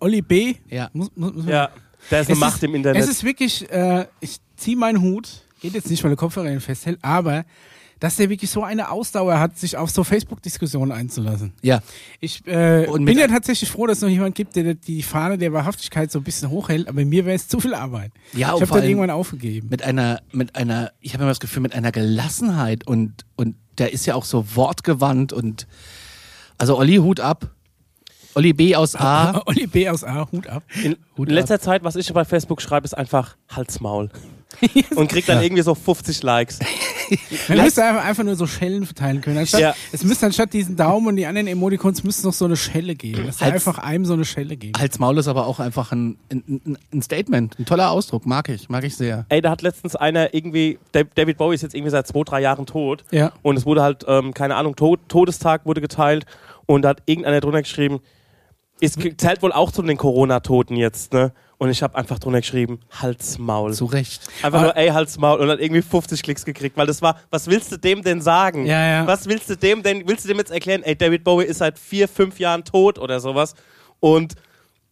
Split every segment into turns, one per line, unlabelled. Olli B.
Ja.
Muss, muss, muss man-
Ja, da ist eine
Es
Macht
ist-
im Internet.
Es ist wirklich, äh, ich ziehe meinen Hut, geht jetzt nicht, weil der Kopfhörer ihn festhält, aber dass der wirklich so eine Ausdauer hat, sich auf so Facebook-Diskussionen einzulassen.
Ja.
Ich äh,
Und mit
bin ja
ein-
tatsächlich froh, dass es noch jemand gibt, der die Fahne der Wahrhaftigkeit so ein bisschen hochhält, aber mir wäre es zu viel Arbeit.
Ja, und
ich habe
vor
dann
allem-
irgendwann aufgegeben.
Mit einer, mit einer, ich habe immer das Gefühl, mit einer Gelassenheit und, und der ist ja auch so wortgewandt und, also Olli, Hut ab. Olli B aus A.
Olli B. aus A, Hut ab.
In, in
Hut
letzter Zeit, was ich bei Facebook schreibe, ist einfach Halsmaul. Und krieg dann irgendwie so 50 Likes.
Man müsste einfach, einfach nur so Schellen verteilen können. Anstatt,
Ja.
Es müsste anstatt diesen Daumen und die anderen Emoticons müsste es noch so eine Schelle geben. Dass
Als-
Als, einfach einem so eine Schelle geben.
Hals Maul ist aber auch einfach ein, ein, ein- ein Statement, ein toller Ausdruck, mag ich, mag ich sehr.
Ey, da hat letztens einer irgendwie, Da- David Bowie ist jetzt irgendwie seit zwei, drei Jahren tot.
Ja.
Und es wurde halt, ähm, keine Ahnung, Tod Todestag wurde geteilt und da hat irgendeiner drunter geschrieben, es ge- zählt wohl auch zu den Corona-Toten jetzt, ne? Und ich habe einfach drunter geschrieben, Halsmaul.
Zu Recht.
Einfach nur, ey, Halsmaul. Und hat irgendwie 50 Klicks gekriegt, weil das war, was willst du dem denn sagen?
Ja, ja.
Was willst du dem denn, willst du dem jetzt erklären, ey, David Bowie ist seit vier, fünf Jahren tot oder sowas und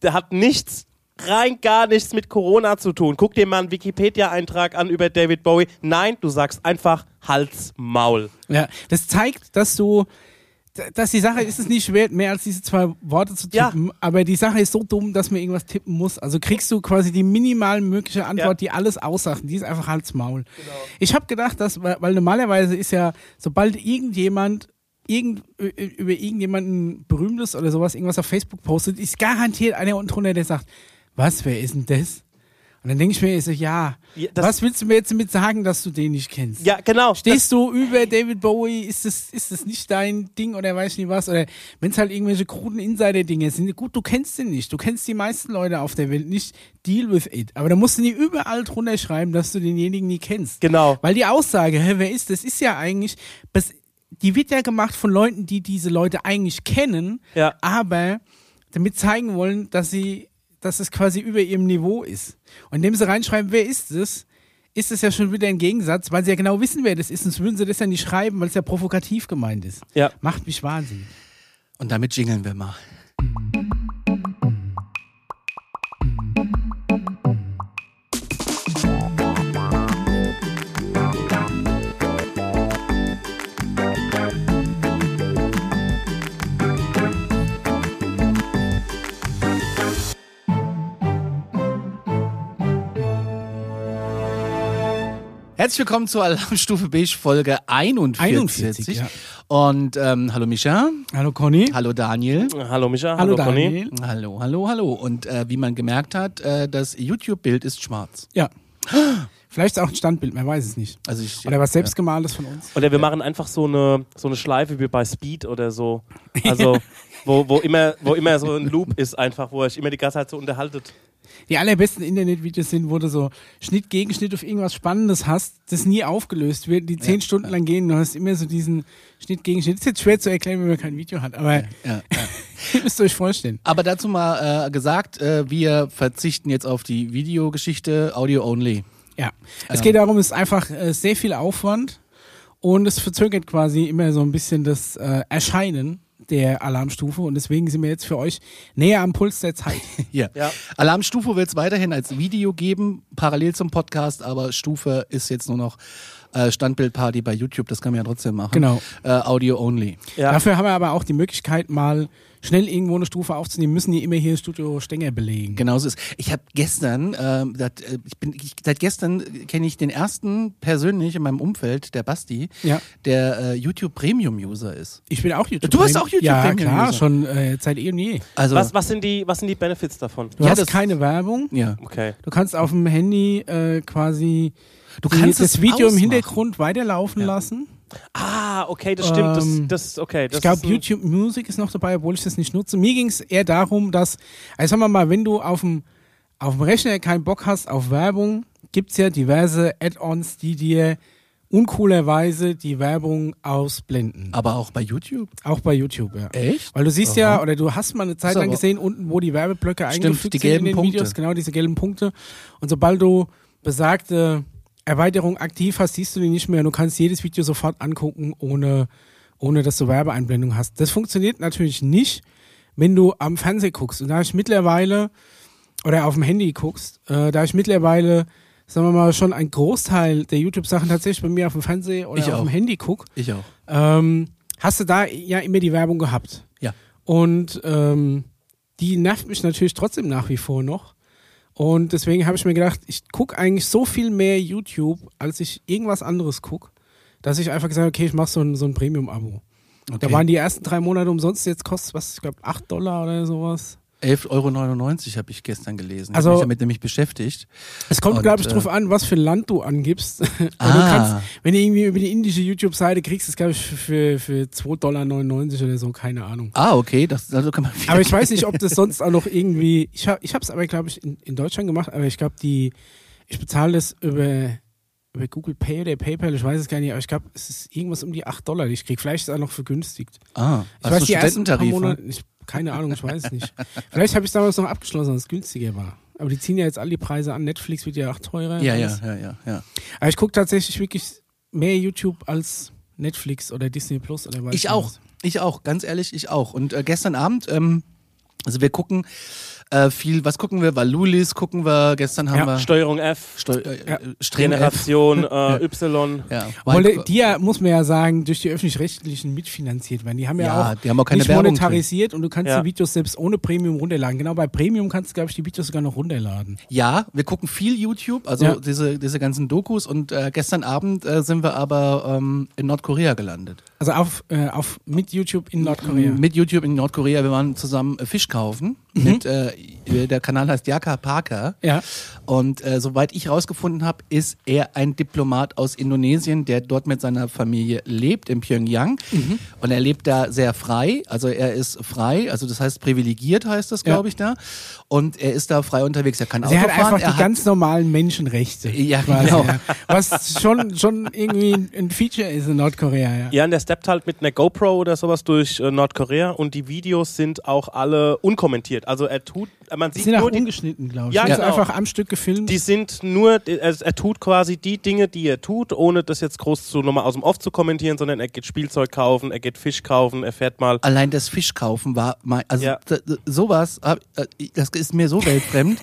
der hat nichts, rein gar nichts mit Corona zu tun. Guck dir mal einen Wikipedia-Eintrag an über David Bowie. Nein, du sagst einfach Halsmaul.
Ja, das zeigt, dass du, d- dass die Sache ist es nicht schwer, mehr als diese zwei Worte zu
Ja.
tippen, aber die Sache ist so dumm, dass man irgendwas tippen muss. Also kriegst du quasi die minimal mögliche Antwort,
Ja.
die
Genau.
alles aussagt. Die ist einfach Hals Maul. Ich habe gedacht, dass, weil weil normalerweise ist ja, sobald irgendjemand irgend, ü- über irgendjemanden Berühmtes oder sowas irgendwas auf Facebook postet, ist garantiert einer unten drunter, der sagt, was, wer ist denn das? Und dann denke ich mir, ich so, ja,
Ja, das-
was willst du mir jetzt damit sagen, dass du den nicht kennst?
Ja, genau.
Stehst du über David Bowie? Ist das, ist das nicht dein Ding oder weiß ich nicht was? Oder wenn es halt irgendwelche kruden Insider-Dinge sind, gut, du kennst den nicht. Du kennst die meisten Leute auf der Welt nicht. Deal with it. Aber da musst du nie überall drunter schreiben, dass du denjenigen nie kennst.
Genau.
Weil die Aussage, hä, wer ist das, ist ja eigentlich, das, die wird ja gemacht von Leuten, die diese Leute eigentlich kennen,
Ja.
aber damit zeigen wollen, dass sie, dass es quasi über ihrem Niveau ist. Und indem sie reinschreiben, wer ist es, ist es ja schon wieder ein Gegensatz, weil sie ja genau wissen, wer das ist, sonst würden sie das ja nicht schreiben, weil es ja provokativ gemeint ist.
Ja.
Macht mich wahnsinnig.
Und damit jingeln wir mal. Herzlich willkommen zur Alarmstufe Beige Folge 41.
41, ja.
Und ähm, hallo Micha,
Hallo Conny.
hallo Daniel.
Hallo Micha,
Hallo,
hallo, Conny.
Daniel.
Hallo, hallo, hallo. Und äh, wie man gemerkt hat, äh, das YouTube-Bild ist schwarz.
Ja. Vielleicht auch ein Standbild, man weiß es nicht.
Also ich,
Oder was selbstgemaltes von uns.
Oder wir machen einfach so eine, so eine Schleife wie bei Speed oder so. Also, wo, wo, immer, wo immer so ein Loop ist, einfach, wo ihr euch immer die ganze Zeit so unterhaltet.
die allerbesten Internetvideos sind, wo du so Schnitt gegen Schnitt auf irgendwas Spannendes hast, das nie aufgelöst wird, die zehn Stunden lang gehen. Du hast immer so diesen Schnitt gegen Schnitt. Ist jetzt schwer zu erklären, wenn man kein Video hat, aber
Ja, ja.
ihr müsst euch vorstellen.
Aber dazu mal äh, gesagt, äh, wir verzichten jetzt auf die Videogeschichte, Audio only.
Ja. Es geht darum, es ist einfach äh, sehr viel Aufwand und es verzögert quasi immer so ein bisschen das äh, Erscheinen der Alarmstufe und deswegen sind wir jetzt für euch näher am Puls der Zeit.
Hier.
Ja.
Alarmstufe wird es weiterhin als Video geben, parallel zum Podcast, aber Stufe ist jetzt nur noch äh, Standbildparty bei YouTube, das kann man ja trotzdem machen.
Genau.
Äh, Audio only.
Ja.
Dafür haben wir aber auch die Möglichkeit, mal schnell irgendwo eine Stufe aufzunehmen, müssen die immer hier Studio Stenger belegen.
Genau so ist. Ich habe gestern, ähm, dat, äh, ich bin, ich, seit gestern kenne ich den ersten persönlich in meinem Umfeld, der Basti,
Ja.
der äh, YouTube Premium User ist.
Ich bin auch YouTube.
Du bist auch YouTube
Ja,
Premium
klar,
User.
schon äh, seit eh und je.
Also
Was, was, sind die, was sind die Benefits davon?
Du
Ja,
hast
das-
keine Werbung.
ja.
Okay.
Du kannst auf dem Handy äh, quasi
Du
die,
kannst
das
es
Video im
ausmachen.
Hintergrund weiterlaufen lassen.
Ah, okay, das stimmt. Das,
Ähm,
das, okay, das
Ich glaube,
ist ein-
YouTube Music ist noch dabei, obwohl ich das nicht nutze. Mir ging es eher darum, dass, also sagen wir mal, wenn du auf dem, auf dem Rechner keinen Bock hast auf Werbung, gibt's ja diverse Add-ons, die dir uncoolerweise die Werbung ausblenden.
Aber auch bei YouTube.
Auch bei YouTube, ja.
Echt?
Weil du siehst ja, oder du hast mal eine Zeit
Ist
lang
aber-
gesehen, unten, wo die Werbeblöcke eingefügt
die
sind in
gelben
den
Punkte.
Videos, genau diese gelben Punkte. Und sobald du besagte Erweiterung aktiv hast, siehst du die nicht mehr. Du kannst jedes Video sofort angucken, ohne, ohne dass du Werbeeinblendung hast. Das funktioniert natürlich nicht, wenn du am Fernseher guckst. Und da ich mittlerweile, oder auf dem Handy guckst, äh, da ich mittlerweile, sagen wir mal, schon einen Großteil der YouTube-Sachen tatsächlich bei mir auf dem Fernseher oder
Ich
auf dem
auch.
Handy guck,
Ich auch.
ähm, hast du da ja immer die Werbung gehabt.
Ja.
Und ähm, die nervt mich natürlich trotzdem nach wie vor noch. Und deswegen habe ich mir gedacht, ich gucke eigentlich so viel mehr YouTube, als ich irgendwas anderes gucke, dass ich einfach gesagt habe, okay, ich mache so ein, so ein Premium-Abo. Da
Okay.
waren die ersten drei Monate umsonst, jetzt kostet was, ich glaube, 8 Dollar oder sowas.
11,99 Euro habe ich gestern gelesen.
Also-
ich habe mich damit nämlich beschäftigt.
Es kommt,
Und,
glaube ich,
äh,
drauf an, was für ein Land du angibst. Weil du
Ah.
kannst, wenn du irgendwie über die indische YouTube-Seite kriegst, das glaube ich für, für 2,99 Dollar oder so, keine Ahnung.
Ah, okay, das also kann man viel
Aber ich weiß nicht, ob das sonst auch noch irgendwie. Ich habe es aber, glaube ich, in, in Deutschland gemacht, aber ich glaube, die. Ich bezahle das über, über Google Pay oder PayPal, ich weiß es gar nicht, aber ich glaube, es ist irgendwas um die 8 Dollar, die ich kriege. Vielleicht ist es auch noch vergünstigt.
Ah,
Ich
hast
weiß
du
die ersten paar
Studententarif? ne?
Monate. Ich, keine Ahnung, ich weiß es nicht. Vielleicht habe ich es damals noch abgeschlossen, dass es günstiger war. Aber die ziehen ja jetzt alle die Preise an. Netflix wird ja auch teurer.
Ja, ja,
alles.
ja, ja, ja.
Aber ich gucke tatsächlich wirklich mehr YouTube als Netflix oder Disney Plus oder weiß
Ich
nicht
auch.
was.
Ich auch, ganz ehrlich, ich auch. Und äh, gestern Abend, ähm, also wir gucken äh, viel, was gucken wir? Valulis gucken wir, gestern haben
Ja,
wir
Steuerung F,
Steu äh,
Ja.
äh, Streme F.
Generation äh, Y.
Ja,
Wollte,
Wild-
die ja, muss man ja sagen, durch die Öffentlich-Rechtlichen mitfinanziert werden. Die haben ja,
Ja,
auch,
die haben auch keine
nicht
Werbung
monetarisiert und du kannst
Ja.
die Videos selbst ohne Premium runterladen. Genau, bei Premium kannst du, glaube ich, die Videos sogar noch runterladen.
ja, wir gucken viel YouTube, also
Ja.
diese, diese ganzen Dokus. Und äh, gestern Abend äh, sind wir aber ähm, in Nordkorea gelandet.
Also auf, äh, auf mit YouTube in Nordkorea. Mhm.
Mit YouTube in Nordkorea. Wir waren zusammen äh, Fisch kaufen. Mit, äh, der Kanal heißt Jaka Parker.
Ja.
Und äh, soweit ich rausgefunden habe, ist er ein Diplomat aus Indonesien, der dort mit seiner Familie lebt, in Pyongyang.
Mhm.
Und er lebt da sehr frei. Also er ist frei, also das heißt privilegiert heißt das,
Ja.
glaube ich, da. Und er ist da frei unterwegs. Er kann
Also er
Auto
hat einfach
fahren.
die
er hat
ganz normalen Menschenrechte.
Ja,
quasi,
genau.
ja. Was schon, schon irgendwie ein- ein Feature ist in Nordkorea, ja.
Ja, und der steppt halt mit einer GoPro oder sowas durch äh, Nordkorea und die Videos sind auch alle unkommentiert. Also er tut, man
Die
sieht
sind auch
nur die,
ungeschnitten, glaube ich.
Ja,
Die sind
genau.
einfach am Stück gefilmt.
die sind nur, also er, er tut quasi die Dinge, die er tut, ohne das jetzt groß zu nochmal aus dem Off zu kommentieren, sondern er geht Spielzeug kaufen, er geht Fisch kaufen, er fährt mal.
Allein das Fischkaufen war mein, also
Ja.
d- d- sowas, hab- äh, das ist mir so weltfremd.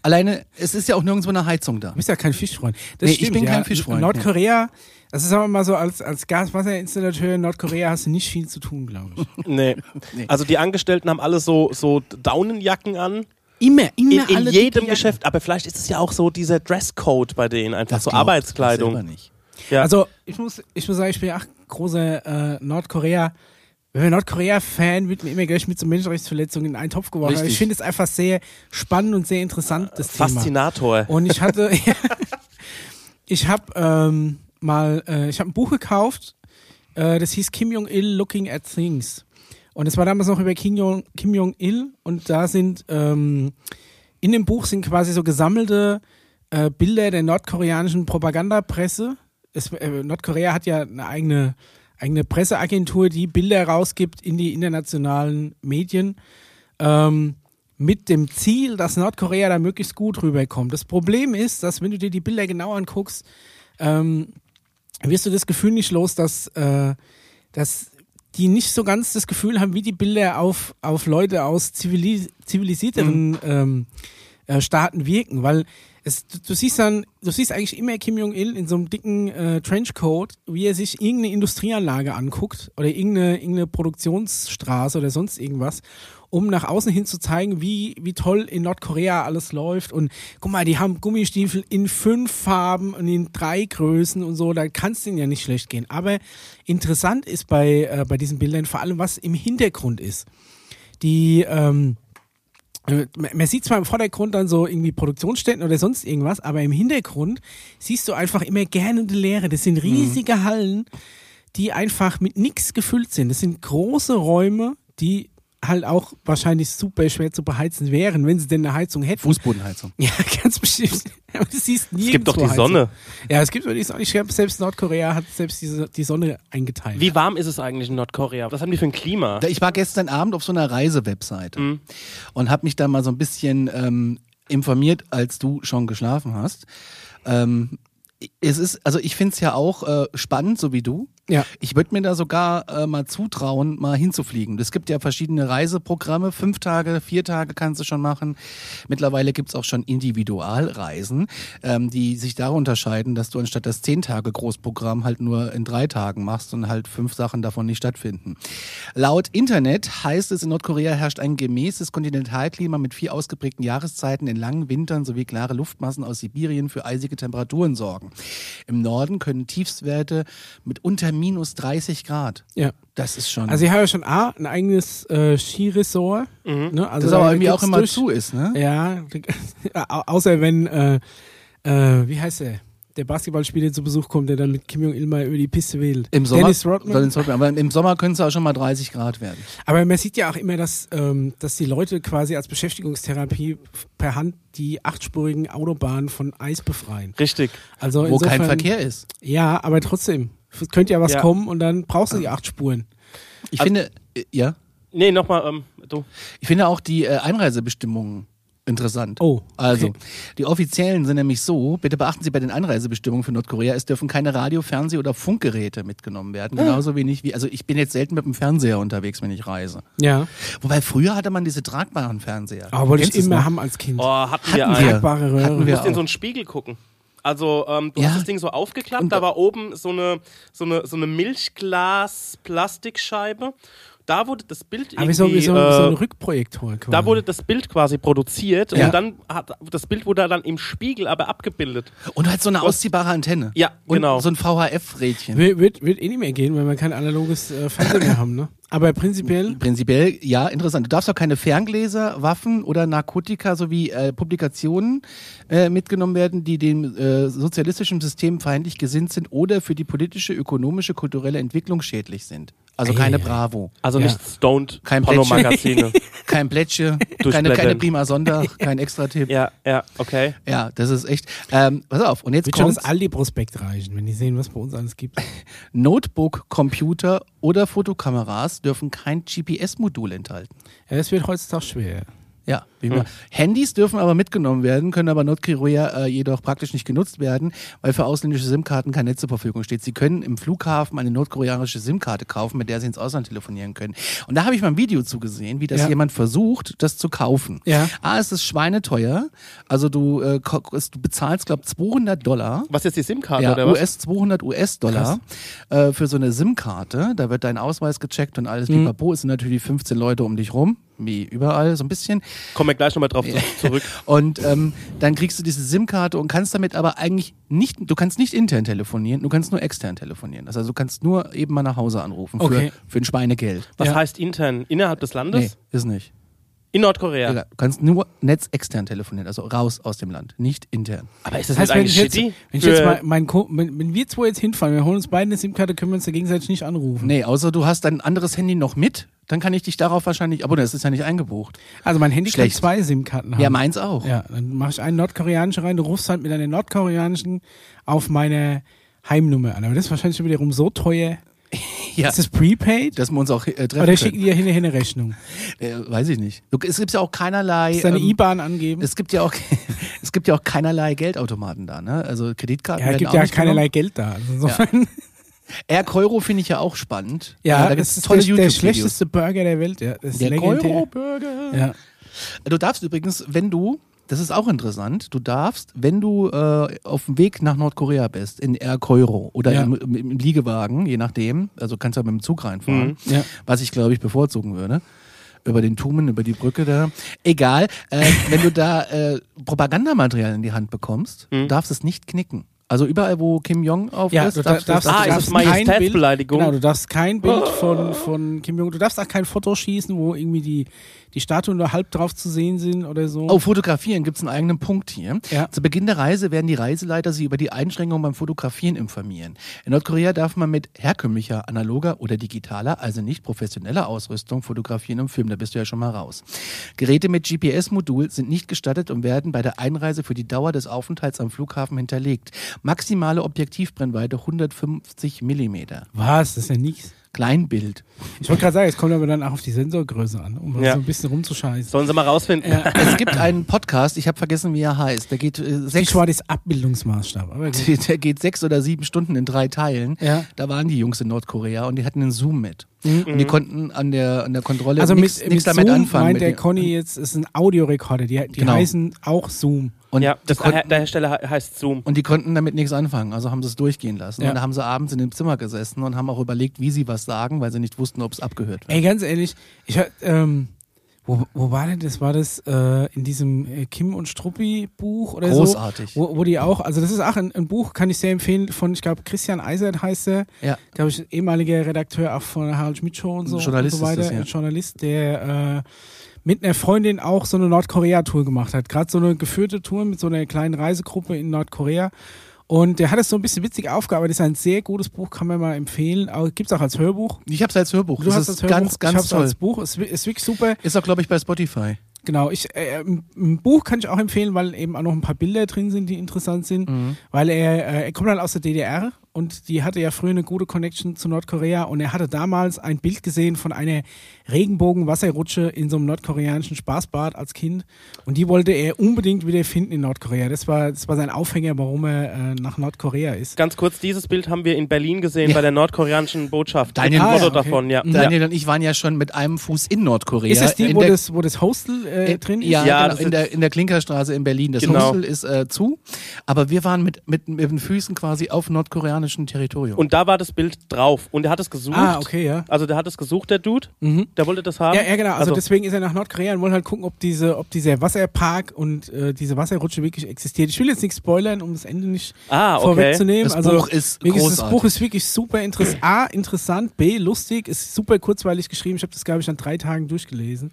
Alleine, es ist ja auch nirgendwo eine Heizung da.
Du bist ja kein Fischfreund. Das
Nee, ich
stimmt,
bin
ja.
kein Fischfreund,
Nordkorea, also sagen wir mal so, als, als Gaswasserinstallateur in Nordkorea hast du nicht viel zu tun, glaube ich.
Nee.
Nee.
Also die Angestellten haben alle so, so Daunenjacken an.
Immer,
In,
immer
in jedem Geschäft. Aber vielleicht ist es ja auch so dieser Dresscode bei denen, einfach so Arbeitskleidung.
Nicht.
Ja.
Also ich muss, ich muss sagen, ich bin ja auch großer äh, Nordkorea. Wenn wir Nordkorea-Fan, wird mir immer gleich mit so Menschenrechtsverletzungen in einen Topf geworfen. Aber
Richtig. Äh,
Ich finde es einfach sehr spannend und sehr interessant, das Thema.
Faszinator.
Und ich hatte, ich habe ähm, mal, äh, ich habe ein Buch gekauft, äh, das hieß Kim Jong-il Looking at Things. Und es war damals noch über Kim Jong- Kim Jong-il und da sind, ähm, in dem Buch sind quasi so gesammelte äh, Bilder der nordkoreanischen Propagandapresse. Es, äh, Nordkorea hat ja eine eigene, eigene Presseagentur, die Bilder rausgibt in die internationalen Medien. Ähm, mit dem Ziel, dass Nordkorea da möglichst gut rüberkommt. Das Problem ist, dass wenn du dir die Bilder genau anguckst, ähm, wirst du das Gefühl nicht los, dass, äh, dass die nicht so ganz das Gefühl haben, wie die Bilder auf, auf Leute aus zivili zivilisierteren ähm, äh, Staaten wirken, weil es, du, du siehst dann, du siehst eigentlich immer Kim Jong-il in so einem dicken äh, Trenchcoat, wie er sich irgendeine Industrieanlage anguckt oder irgendeine, irgendeine Produktionsstraße oder sonst irgendwas, um nach außen hin zu zeigen, wie, wie toll in Nordkorea alles läuft. Und guck mal, die haben Gummistiefel in fünf Farben und in drei Größen und so, da kann es denen ja nicht schlecht gehen. Aber interessant ist bei, äh, bei diesen Bildern vor allem, was im Hintergrund ist. Die, ähm, äh, man sieht zwar im Vordergrund dann so irgendwie Produktionsstätten oder sonst irgendwas, aber im Hintergrund siehst du einfach immer gähnende Leere. Das
Mhm.
sind riesige Hallen, die einfach mit nichts gefüllt sind. Das sind große Räume, die halt auch wahrscheinlich super schwer zu beheizen wären, wenn sie denn eine Heizung hätten.
Fußbodenheizung.
Ja, ganz bestimmt. Aber du siehst
Es gibt doch die
nirgendwo Heizung.
Sonne.
Ja, es gibt wirklich Sonne. Ich glaube, selbst Nordkorea hat selbst diese, die Sonne eingeteilt.
Wie warm ist es eigentlich in Nordkorea? Was haben die für ein Klima?
Da- Ich war gestern Abend auf so einer Reisewebseite und habe mich da mal so ein bisschen ähm, informiert, als du schon geschlafen hast. Ähm, es ist, also ich finde es ja auch äh, spannend, so wie du.
Ja.
Ich würde mir da sogar äh, mal zutrauen, mal hinzufliegen. Es gibt ja verschiedene Reiseprogramme. Fünf Tage, vier Tage kannst du schon machen. Mittlerweile gibt es auch schon Individualreisen, ähm, die sich da unterscheiden, dass du anstatt das zehn Tage Großprogramm halt nur in drei Tagen machst und halt fünf Sachen davon nicht stattfinden. Laut Internet heißt es, in Nordkorea herrscht ein gemäßes Kontinentalklima mit vier ausgeprägten Jahreszeiten in langen Wintern sowie klare Luftmassen aus Sibirien für eisige Temperaturen sorgen. Im Norden können Tiefstwerte mit unter minus 30 Grad.
Ja.
Das ist schon.
Also ich habe ja schon A, ein eigenes äh, Skiresort. Ne? Also
das
da
aber irgendwie auch
geht's
immer
durch.
zu ist, ne?
Ja, au- außer wenn, äh, äh, wie heißt er? Der Basketballspieler zu Besuch kommt, der dann mit Kim Jong-il mal über die Piste wählt.
Im Sommer,
Dennis Rodman.
Dennis Rodman. Aber im Sommer können es auch schon mal 30 Grad werden.
Aber man sieht ja auch immer, dass, ähm, dass die Leute quasi als Beschäftigungstherapie per Hand die achtspurigen Autobahnen von Eis befreien.
Richtig.
Also
wo
insofern,
kein Verkehr ist.
Ja, aber trotzdem. Es könnte ja was
Ja.
kommen und dann brauchst du die acht Spuren.
Ich
Also-
finde, äh, ja,
Nee, nochmal, ähm, du.
ich finde auch die äh, Einreisebestimmungen interessant.
Oh, okay.
Also, die offiziellen sind nämlich so, bitte beachten Sie bei den Einreisebestimmungen für Nordkorea, es dürfen keine Radio, Fernseh- oder Funkgeräte mitgenommen werden.
Ah.
Genauso wenig wie, also ich bin jetzt selten mit dem Fernseher unterwegs, wenn ich reise.
Ja.
Wobei früher hatte man diese tragbaren Fernseher.
Aber wollte ich
Kennst du's
immer
noch?
haben als Kind.
Oh, hatten, wir
Hatten wir.
einen. Du
Tragbare Röhre.
Hatten wir
musst in so
auch.
einen Spiegel gucken. Also, ähm, du
Ja.
hast das Ding so aufgeklappt, da war oben so eine, so eine, so eine Milchglas-Plastikscheibe. Da wurde das Bild
Aber
irgendwie.
Ah, wie so, wie so,
äh,
so ein Rückprojektor quasi.
da wurde das Bild quasi produziert
Ja.
und dann hat das Bild wurde dann im Spiegel aber abgebildet.
Und halt so eine ausziehbare Antenne.
Ja,
und
genau.
so ein VHF-Rädchen.
wird, wird, wird eh nicht mehr gehen, weil wir kein analoges äh, Fernsehen mehr haben, ne? Aber prinzipiell.
Prinzipiell, ja, interessant. Du darfst auch keine Ferngläser, Waffen oder Narkotika sowie äh, Publikationen äh, mitgenommen werden, die dem äh, sozialistischen System feindlich gesinnt sind oder für die politische, ökonomische, kulturelle Entwicklung schädlich sind. Also keine
Eieiei.
Bravo,
Also
Ja.
nicht Stoned
Kein
Pornomagazine.
kein Plätsche, keine,
Durchblättern.
keine Prima Sonntag, kein Extratipp. Ja.
ja, ja, okay.
das ist echt. Ähm, pass auf, und jetzt
Wird schon das
kommt
Aldi-Prospekt reichen, wenn die sehen, was bei uns alles gibt.
Notebook, Computer oder Fotokameras dürfen kein GPS-Modul enthalten.
Ja, das wird heutzutage schwer.
Ja, wie
Hm.
immer. Handys dürfen aber mitgenommen werden, können aber in Nordkorea äh, jedoch praktisch nicht genutzt werden, weil für ausländische SIM-Karten kein Netz zur Verfügung steht. Sie können im Flughafen eine nordkoreanische SIM-Karte kaufen, mit der sie ins Ausland telefonieren können. Und da habe ich mal ein Video zugesehen, wie das
Ja.
jemand versucht, das zu kaufen.
Ja.
Ah, es ist schweineteuer. Also du, äh, ko- du bezahlst, glaube 200 Dollar.
Was ist die
Also
SIM-Karte
Ja,
oder was?
US 200 US-Dollar äh, für so eine SIM-Karte. Da wird dein Ausweis gecheckt und alles.
Mhm.
Pipapo, es sind natürlich 15 Leute um dich rum, wie überall so ein bisschen.
Kommen wir gleich nochmal drauf zu- zurück.
Und ähm, dann kriegst du diese SIM-Karte und kannst damit aber eigentlich nicht, du kannst nicht intern telefonieren, du kannst nur extern telefonieren. Das heißt, du kannst nur eben mal nach Hause anrufen für,
Okay.
für ein Schweinegeld.
Was
Ja.
heißt intern? Innerhalb des
Nee,
Landes?
ist nicht.
In Nordkorea.
Egal. Du kannst nur netzextern telefonieren, also raus aus dem Land, nicht intern.
Aber ist das,
Das heißt,
nicht
wenn ich
eigentlich
jetzt,
shitty?
wenn ich jetzt
Für-
mal, mein Ko wenn, wenn wir zwei jetzt hinfahren, wir holen uns beide eine SIM-Karte, können wir uns da gegenseitig nicht anrufen.
Nee, außer du hast dein anderes Handy noch mit, dann kann ich dich darauf wahrscheinlich abonnieren. Das ist ja nicht eingebucht.
Also mein Handy
Schlecht.
kann zwei SIM-Karten haben.
Ja, meins auch.
Ja, dann mache ich einen nordkoreanischen rein, du rufst halt mit einer nordkoreanischen auf meine Heimnummer an. Aber das ist wahrscheinlich schon wiederum so teuer.
Ja.
Ist das Prepaid?
Dass wir uns auch äh, treffen
Oder
können.
schicken die ja hinterher eine Rechnung?
Äh, weiß ich nicht. Du, es gibt ja auch keinerlei.
Ist deine
ähm,
IBAN angeben?
es gibt ja auch, es gibt ja auch keinerlei Geldautomaten da, ne? Also Kreditkarten
Ja, es
werden
gibt
auch
ja
nicht
keinerlei
genommen.
Geld da. Also insofern,
Air Euro finde ich ja auch spannend. Äh,
ja,
da
das
gibt's
ist
tolle
der, der
YouTube-Videos.
schlechteste Burger der Welt. Ja, das ist
Der
legendär.
Euro-Burger.
Ja.
Du darfst übrigens, wenn du, das ist auch interessant, du darfst, wenn du äh, auf dem Weg nach Nordkorea bist, in Air Euro oder
Ja.
im, im, im Liegewagen, je nachdem, also kannst du ja mit dem Zug reinfahren,
Mhm. Ja.
was ich glaube ich bevorzugen würde. Über den Tumen, über die Brücke da. Egal, äh, wenn du da äh, Propagandamaterial in die Hand bekommst, du darfst es nicht knicken. Also überall, wo Kim Jong auf
Mhm. Ja,
ist, Oh.
du darfst, darfst,
Ah, ist
du
das
darfst kein Bild,
Majestätsbeleidigung?
genau, du darfst kein Bild von, von Kim Jong, du darfst auch kein Foto schießen, wo irgendwie die, die Statuen nur halb drauf zu sehen sind oder so.
Oh, fotografieren gibt's einen eigenen Punkt hier.
Ja.
Zu Beginn der Reise werden die Reiseleiter sie über die Einschränkungen beim Fotografieren informieren. In Nordkorea darf man mit herkömmlicher, analoger oder digitaler, also nicht professioneller Ausrüstung fotografieren und filmen. Da bist du ja schon mal raus. Geräte mit GPS-Modul sind nicht gestattet und werden bei der Einreise für die Dauer des Aufenthalts am Flughafen hinterlegt. Maximale Objektivbrennweite 150 Millimeter.
Was? Das ist ja nichts.
Kleinbild.
Ich wollte gerade sagen, es kommt aber dann auch auf die Sensorgröße an, um mal
Ja.
so ein bisschen rumzuscheißen.
Sollen sie mal rausfinden.
Ja.
Es gibt einen Podcast, ich habe vergessen, wie er heißt. Der geht, äh,
Die
sechs,
Schwart ist Abbildungsmaßstab. Aber gut.
der geht sechs oder sieben Stunden in drei Teilen.
Ja. Mhm.
Da waren die Jungs in Nordkorea und die hatten einen Zoom mit. Und die konnten an der, an der Kontrolle
Also
nichts
mit, mit
damit
Zoom
anfangen.
meint
mit
der
dem-
Conny jetzt, es sind Audiorekorder, die, die
Genau.
heißen auch Zoom.
und
ja,
die
das, halt- der,
konnten,
der Hersteller he- heißt Zoom.
Und die konnten damit nichts anfangen, also haben sie es durchgehen lassen.
Ja.
Und da haben sie abends in dem Zimmer gesessen und haben auch überlegt, wie sie was sagen, weil sie nicht wussten, ob es abgehört wird.
Ey, ganz ehrlich, ich hör- ähm, wo, wo war denn das? War das äh, in diesem äh, Kim und Struppi Buch oder
Großartig.
so? Wo, wo die auch, also das ist auch ein, ein Buch, kann ich sehr empfehlen, von, ich glaube, Christian Eisert heißt er,
Ja.
glaube ich, ehemaliger Redakteur auch von der Harald Schmidt Show und so,
Ein Journalist
und so weiter.
ist das, ja.
Ein Journalist, der äh, mit einer Freundin auch so eine Nordkorea-Tour gemacht hat. Gerade so eine geführte Tour mit so einer kleinen Reisegruppe in Nordkorea. Und der hat es so ein bisschen witzig aufgearbeitet. Ist ein sehr gutes Buch, kann man mal empfehlen. Gibt es auch als Hörbuch.
Ich habe es als Hörbuch.
Du
das
hast
ist
das Hörbuch,
ganz,
ich
ganz
hab's
toll.
als Buch, ist, wi- ist wirklich super.
Ist auch, glaube ich, bei Spotify.
Genau, ich, äh, ein ein Buch kann ich auch empfehlen, weil eben auch noch ein paar Bilder drin sind, die interessant sind,
Mhm.
weil er, äh, er kommt halt aus der DDR und die hatte ja früher eine gute Connection zu Nordkorea und er hatte damals ein Bild gesehen von einer Regenbogenwasserrutsche in so einem nordkoreanischen Spaßbad als Kind und die wollte er unbedingt wieder finden in Nordkorea. Das war, das war sein Aufhänger, warum er äh, nach Nordkorea ist.
Ganz kurz, dieses Bild haben wir in Berlin gesehen bei der nordkoreanischen Botschaft.
Daniel-
Mit
Ah,
dem Foto
ja, okay.
davon, ja.
Daniel und ich waren ja schon mit einem Fuß in Nordkorea.
Ist es die,
in
wo
der-
das, wo das Hostel äh,
in-
drin ist?
Ja,
Ja,
genau,
das
in,
ist-
der, in der Klinkerstraße in Berlin. Das
Genau.
Hostel ist äh, zu, aber wir waren mit, mit, mit den Füßen quasi auf nordkoreanischem Territorium.
Und da war das Bild drauf. Und der hat es gesucht.
Ah, okay, ja.
Also der hat es gesucht, der Dude. Der wollte das haben.
Ja, ja, genau. Also, deswegen ist er nach Nordkorea und wollen halt gucken, ob, diese, ob dieser Wasserpark und äh, diese Wasserrutsche wirklich existiert. Ich will jetzt nichts spoilern, um das Ende nicht
Ah, okay.
vorwegzunehmen.
Das
also,
Buch ist
wirklich, das
großartig.
Buch ist wirklich super interessant. A, interessant. B, lustig. Ist super kurzweilig geschrieben. Ich habe das, glaube ich, an drei Tagen durchgelesen.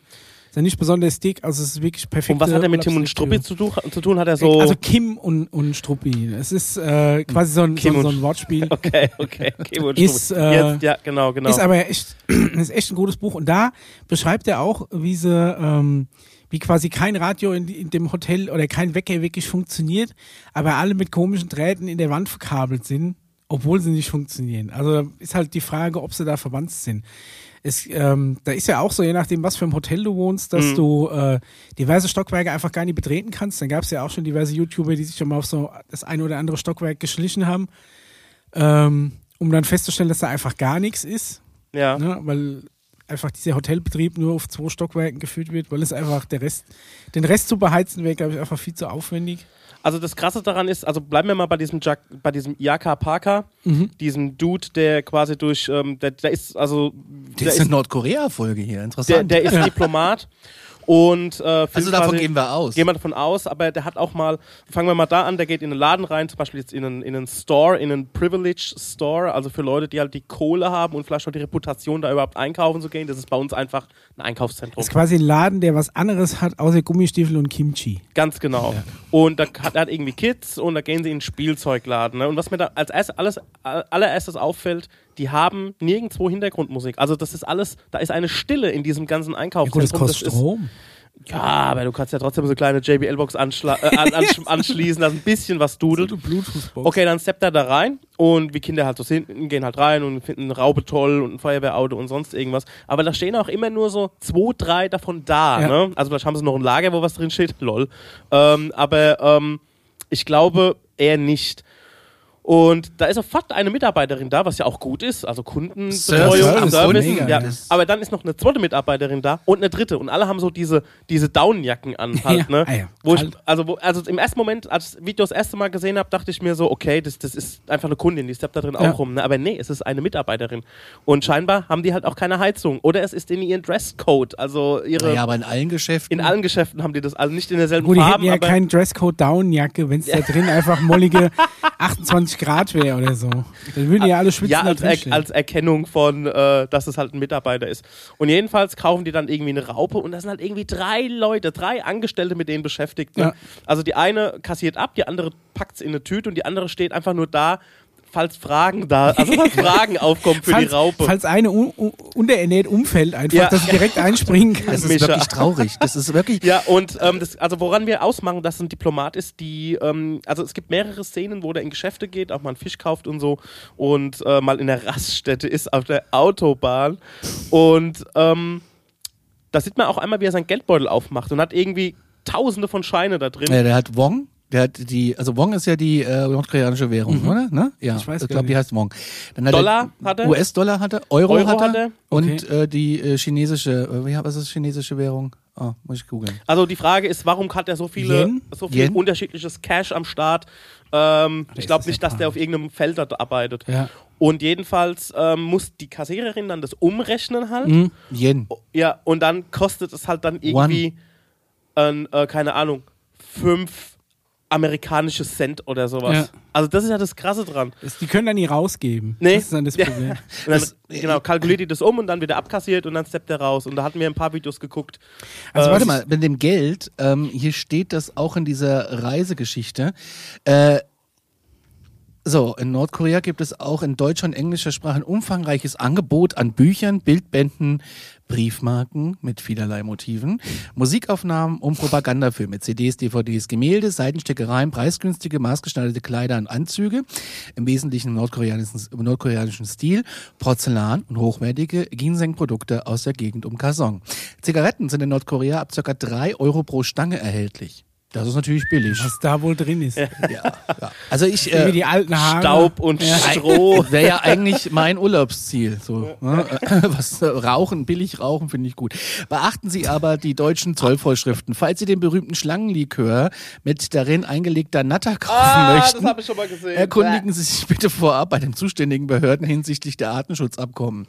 Ist ja nicht besonders dick, also es ist wirklich perfekt.
und um was hat er mit Tim und Struppi zu, tu- zu tun? Hat er so.
Also Kim und, und Struppi. Es ist äh, quasi so ein, so,
Kim
ein- so
und-
ein Wortspiel.
okay, okay. Kim und
Ist,
Struppi.
äh,
Jetzt, ja, genau, genau.
Ist aber echt, ist echt ein gutes Buch. Und da beschreibt er auch, wie sie, ähm, wie quasi kein Radio in, in dem Hotel oder kein Wecker wirklich funktioniert, aber alle mit komischen Drähten in der Wand verkabelt sind, obwohl sie nicht funktionieren. Also ist halt die Frage, ob sie da verwandt sind. Es, ähm, da ist ja auch so, je nachdem, was für ein Hotel du wohnst, dass du äh, diverse Stockwerke einfach gar nicht betreten kannst. Dann gab es ja auch schon diverse YouTuber, die sich schon mal auf so das eine oder andere Stockwerk geschlichen haben, ähm, um dann festzustellen, dass da einfach gar nichts ist
ja.
ne, weil einfach dieser Hotelbetrieb nur auf zwei Stockwerken geführt wird, weil es einfach der Rest, den Rest zu beheizen wäre, glaube ich, einfach viel zu aufwendig.
Also das Krasse daran ist, also bleiben wir mal bei diesem Jack, bei diesem Jaka Parker,
Mhm.
diesem Dude, der quasi durch, ähm, der, der ist also der
das ist eine
ist,
Nordkorea-Folge hier,
der,
interessant.
der ist Diplomat und äh,
also davon gehen wir aus.
Gehen wir davon aus, aber der hat auch mal, fangen wir mal da an, der geht in einen Laden rein, zum Beispiel jetzt in einen, in einen Store, in einen Privilege Store, also für Leute, die halt die Kohle haben und vielleicht auch die Reputation, da überhaupt einkaufen zu gehen. Das ist bei uns einfach ein Einkaufszentrum.
Das ist quasi ein Laden, der was anderes hat, außer Gummistiefel und Kimchi.
Ganz genau. Und da hat er hat irgendwie Kids und da gehen sie in den Spielzeugladen. Ne? Und was mir da als erst, alles, all- allererstes auffällt, die haben nirgendwo Hintergrundmusik. Also das ist alles, da ist eine Stille in diesem ganzen
Ja gut,
Einkaufszentrum.
das kostet
ist-
Strom.
ja, aber du kannst ja trotzdem so kleine JBL-Box anschla äh, an, ansch anschließen, dass ein bisschen was dudelt.
Bluetooth-Box.
Okay, dann steppt er da rein und wie Kinder halt so sind, gehen halt rein und finden eine Raube toll und ein Feuerwehrauto und sonst irgendwas. Aber da stehen auch immer nur so zwei, drei davon da.
Ja.
Ne? Also vielleicht haben sie noch ein Lager, wo was drin steht. Lol. Ähm, aber ähm, ich glaube eher nicht. Und da ist sofort eine Mitarbeiterin da, was ja auch gut ist, also
Service,
Kundenbetreuung,
alles
Service.
mega.
ja.
Das-
Aber dann ist noch eine zweite Mitarbeiterin da und eine dritte. Und alle haben so diese, diese Daunenjacken an
Ja.
halt, ne?
Ah ja,
Wo ich,
kalt.
also, wo, also im ersten Moment, als ich das Video das erste Mal gesehen habe, dachte ich mir so, okay, das, das ist einfach eine Kundin, die steppt da drin
Ja.
auch rum. Ne? Aber nee, es ist eine Mitarbeiterin. Und scheinbar haben die halt auch keine Heizung. Oder es ist in ihren Dresscode. Also ihre.
ja, aber in allen Geschäften.
in allen Geschäften haben die das, also nicht in derselben
Gut, die hätten
Farben,
ja
aber
keinen Dresscode-Down-Jacke, wenn es da drin einfach mollige 28 Grad wäre oder so. Dann würden ja alle schwitzen.
ja,
da
als,
drin
er,
stehen.
als Erkennung von, äh, dass es halt ein Mitarbeiter ist. Und jedenfalls kaufen die dann irgendwie eine Raupe und das sind halt irgendwie drei Leute, drei Angestellte mit denen beschäftigt. Ne?
Ja.
Also die eine kassiert ab, die andere packt es in eine Tüte und die andere steht einfach nur da, falls Fragen da, also falls Fragen aufkommen für
falls,
die Raupe.
falls eine un un unterernährt umfällt, einfach,
Ja.
dass sie direkt einspringen kann.
Das ist
Mischa.
wirklich traurig. Das ist wirklich.
Ja, und ähm, das, also woran wir ausmachen, dass ein Diplomat ist, die, ähm, also es gibt mehrere Szenen, wo der in Geschäfte geht, auch mal einen Fisch kauft und so und äh, mal in der Raststätte ist auf der Autobahn und ähm, da sieht man auch einmal, wie er seinen Geldbeutel aufmacht und hat irgendwie tausende von Scheine da drin.
Ja, Äh, der hat Wong. Der hat die, also Wong ist ja die äh, nordkoreanische Währung, oder? Ne? Ja,
Ich weiß gar
glaube, die
nicht.
heißt Wong. Dann hat
Dollar hat er?
US-Dollar hatte, Euro,
Euro
hatte,
hat er?
und äh, die äh, chinesische, äh, wie- was ist chinesische Währung? Oh, muss ich googeln.
Also die Frage ist, warum hat er so viele,
Yen?
so viel
Yen?
unterschiedliches Cash am Start? Ähm, ich
ist
glaube
das
nicht, dass der auf irgendeinem Feld da arbeitet.
Ja.
Und jedenfalls ähm, muss die Kassiererin dann das umrechnen halt.
Hm, Yen.
Ja, und dann kostet es halt dann irgendwie, ähm, äh, keine Ahnung, fünf amerikanische Cent oder sowas.
Ja.
Also das ist ja das Krasse dran.
Das- Die können dann nie rausgeben.
Nee.
Das ist dann das
Ja.
Problem.
Und dann,
Das-
genau, kalkuliert die das um und dann wieder abkassiert und dann steppt er raus. Und da hatten wir ein paar Videos geguckt.
Also
Warte
was
mal, mit dem Geld, ähm, hier steht das auch in dieser Reisegeschichte. Äh, so, in Nordkorea gibt es auch in deutscher und englischer Sprache ein umfangreiches Angebot an Büchern, Bildbänden, Briefmarken mit vielerlei Motiven, Musikaufnahmen und Propagandafilme, CDs, DVDs, Gemälde, Seitensteckereien, preisgünstige, maßgeschneiderte Kleider und Anzüge, im Wesentlichen im nordkoreanischen, im nordkoreanischen Stil, Porzellan und hochwertige Ginseng-Produkte aus der Gegend um Kasong. Zigaretten sind in Nordkorea ab ca. 3 Euro pro Stange erhältlich. Das ist natürlich billig.
was da wohl drin ist.
Ja, ja. Also ich...
Wie
Äh,
die alten Haare.
Staub und Stroh.
Wäre ja eigentlich mein Urlaubsziel. So, ne? Was äh, rauchen, billig rauchen, finde ich gut. Beachten Sie aber die deutschen Zollvorschriften. Falls Sie den berühmten Schlangenlikör mit darin eingelegter Natter kaufen möchten,
Ah, ich schon mal gesehen.
erkundigen Sie sich bitte vorab bei den zuständigen Behörden hinsichtlich der Artenschutzabkommen.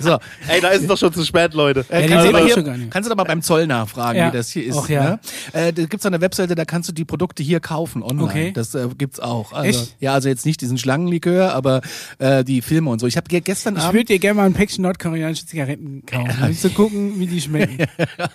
so,
Ey, da ist es doch schon zu spät, Leute. Also,
Ja,
äh,
den
kannst,
sehen
du
wir
aber
schon gar
hier,
nicht.
kannst du doch mal beim Zoll nachfragen,
Ja.
wie das hier ist.
Och, ja.
ne? äh, da gibt's eine Webseite, da kannst du die Produkte hier kaufen online.
Okay.
Das äh, gibt's auch. Also,
Echt?
Ja, also jetzt nicht diesen Schlangenlikör, aber äh, die Filme und so. Ich habe gestern
Ich
Abend.
würde dir gerne mal ein Päckchen nordkoreanische Zigaretten kaufen, um zu gucken, wie die schmecken.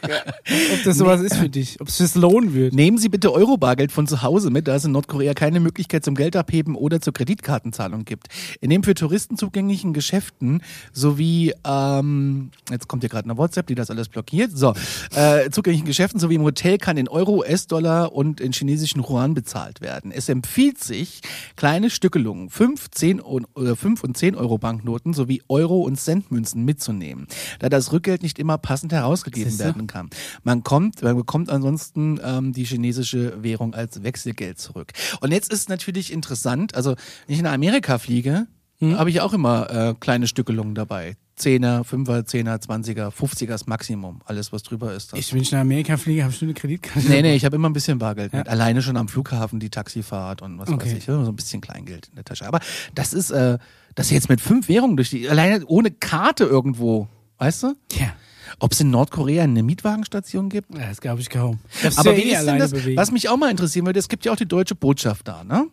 Ob das sowas ist für dich, ob es fürs lohnen wird.
Nehmen Sie bitte Euro-Bargeld von zu Hause mit, da es in Nordkorea keine Möglichkeit zum Geld abheben oder zur Kreditkartenzahlung gibt. In den für Touristen zugänglichen Geschäften sowie, ähm, jetzt kommt hier gerade eine WhatsApp, die das alles blockiert, so, äh, zugänglichen Geschäften sowie im Hotel kann in Euro, US-Dollar und in chinesischen Yuan bezahlt werden. Es empfiehlt sich, kleine Stückelungen, 5, 10 und, oder 5 und 10 Euro Banknoten sowie Euro- und Centmünzen mitzunehmen, da das Rückgeld nicht immer passend herausgegeben
Siehste?
werden werden kann. Man kommt, man bekommt ansonsten ähm, die chinesische Währung als Wechselgeld zurück. Und jetzt ist natürlich interessant, also wenn ich nach Amerika fliege, habe ich auch immer äh, kleine Stückelungen dabei. Zehner, Fünfer, Zehner, Zwanziger, Fünfziger ist Maximum. Alles, was drüber ist. dann-
Ich wünsche nach Amerika fliege, habe ich nur eine Kreditkarte.
Nee, nee, ich habe immer ein bisschen Bargeld mit. Alleine schon am Flughafen die Taxifahrt und was weiß
Okay.
ich. Immer so ein bisschen Kleingeld in der Tasche. Aber das ist, äh, das jetzt mit fünf Währungen durch die, alleine ohne Karte irgendwo, weißt du?
Tja,
Ob es in Nordkorea eine Mietwagenstation gibt?
das glaube ich kaum. Darfst du
Aber
ja eh
wie ist denn
alleine
das,
bewegen.
was mich auch mal interessieren würde, es gibt ja auch die deutsche Botschaft da, ne?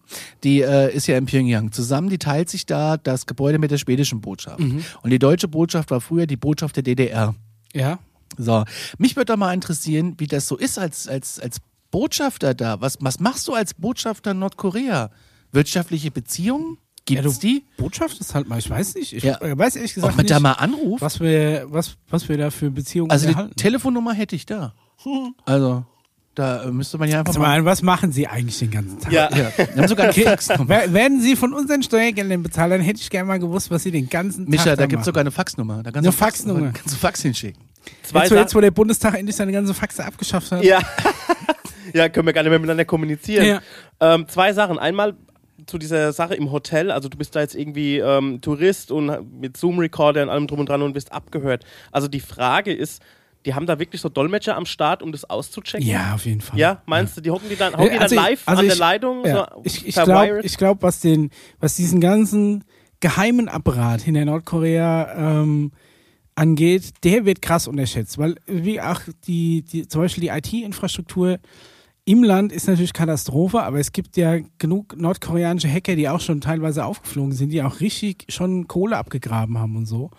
Die äh, ist ja in Pyongyang. Zusammen, die teilt sich da das Gebäude mit der schwedischen Botschaft.
Mhm.
Und die deutsche Botschaft war früher die Botschaft der DDR.
ja.
So, mich würde da mal interessieren, wie das so ist als, als, als Botschafter da. Was, was machst du als Botschafter in Nordkorea? Wirtschaftliche Beziehungen?
ja, du
Gibt's die?
Botschaft ist halt mal, ich weiß nicht. Ich
Ja.
weiß ehrlich
Ob
gesagt
man
nicht,
da mal anruft?
was wir, was, was wir da für Beziehungen
also die
erhalten.
Telefonnummer hätte ich da. Also, da äh, müsste man ja einfach
Also
mal...
mal, was machen Sie eigentlich den ganzen Tag?
Ja.
Ja, wir haben sogar eine Faxnummer.
Wer- Werden Sie von unseren Steuergeldern bezahlt, dann hätte ich gerne mal gewusst, was Sie den ganzen Tag
Micha, da
machen.
gibt es sogar eine Faxnummer. Da kannst
Eine
du Fax-
Faxnummer.
Kannst du Fax hinschicken.
Zwei
Jetzt, wo-
Sa-
jetzt, wo der Bundestag endlich seine ganze Faxe abgeschafft hat.
Ja. ja, können wir gar nicht mehr miteinander kommunizieren.
Ja.
Ähm, zwei Sachen. Einmal zu dieser Sache im Hotel. Also du bist da jetzt irgendwie ähm, Tourist und mit Zoom-Recorder und allem drum und dran und wirst abgehört. Also die Frage ist, die haben da wirklich so Dolmetscher am Start, um das auszuchecken?
Ja, auf jeden Fall.
Ja, meinst du, die hocken die dann, hocken die dann
Also ich-
live
also
an
ich-
der Leitung?
Ja.
So,
Ich, ich
per
glaube,
Wired?
ich glaub, was, den, was diesen ganzen geheimen Apparat hinter Nordkorea ähm, angeht, der wird krass unterschätzt. Weil, wie auch die, die zum Beispiel die IT-Infrastruktur im Land ist natürlich Katastrophe, aber es gibt ja genug nordkoreanische Hacker, die auch schon teilweise aufgeflogen sind, die auch richtig schon Kohle abgegraben haben und so.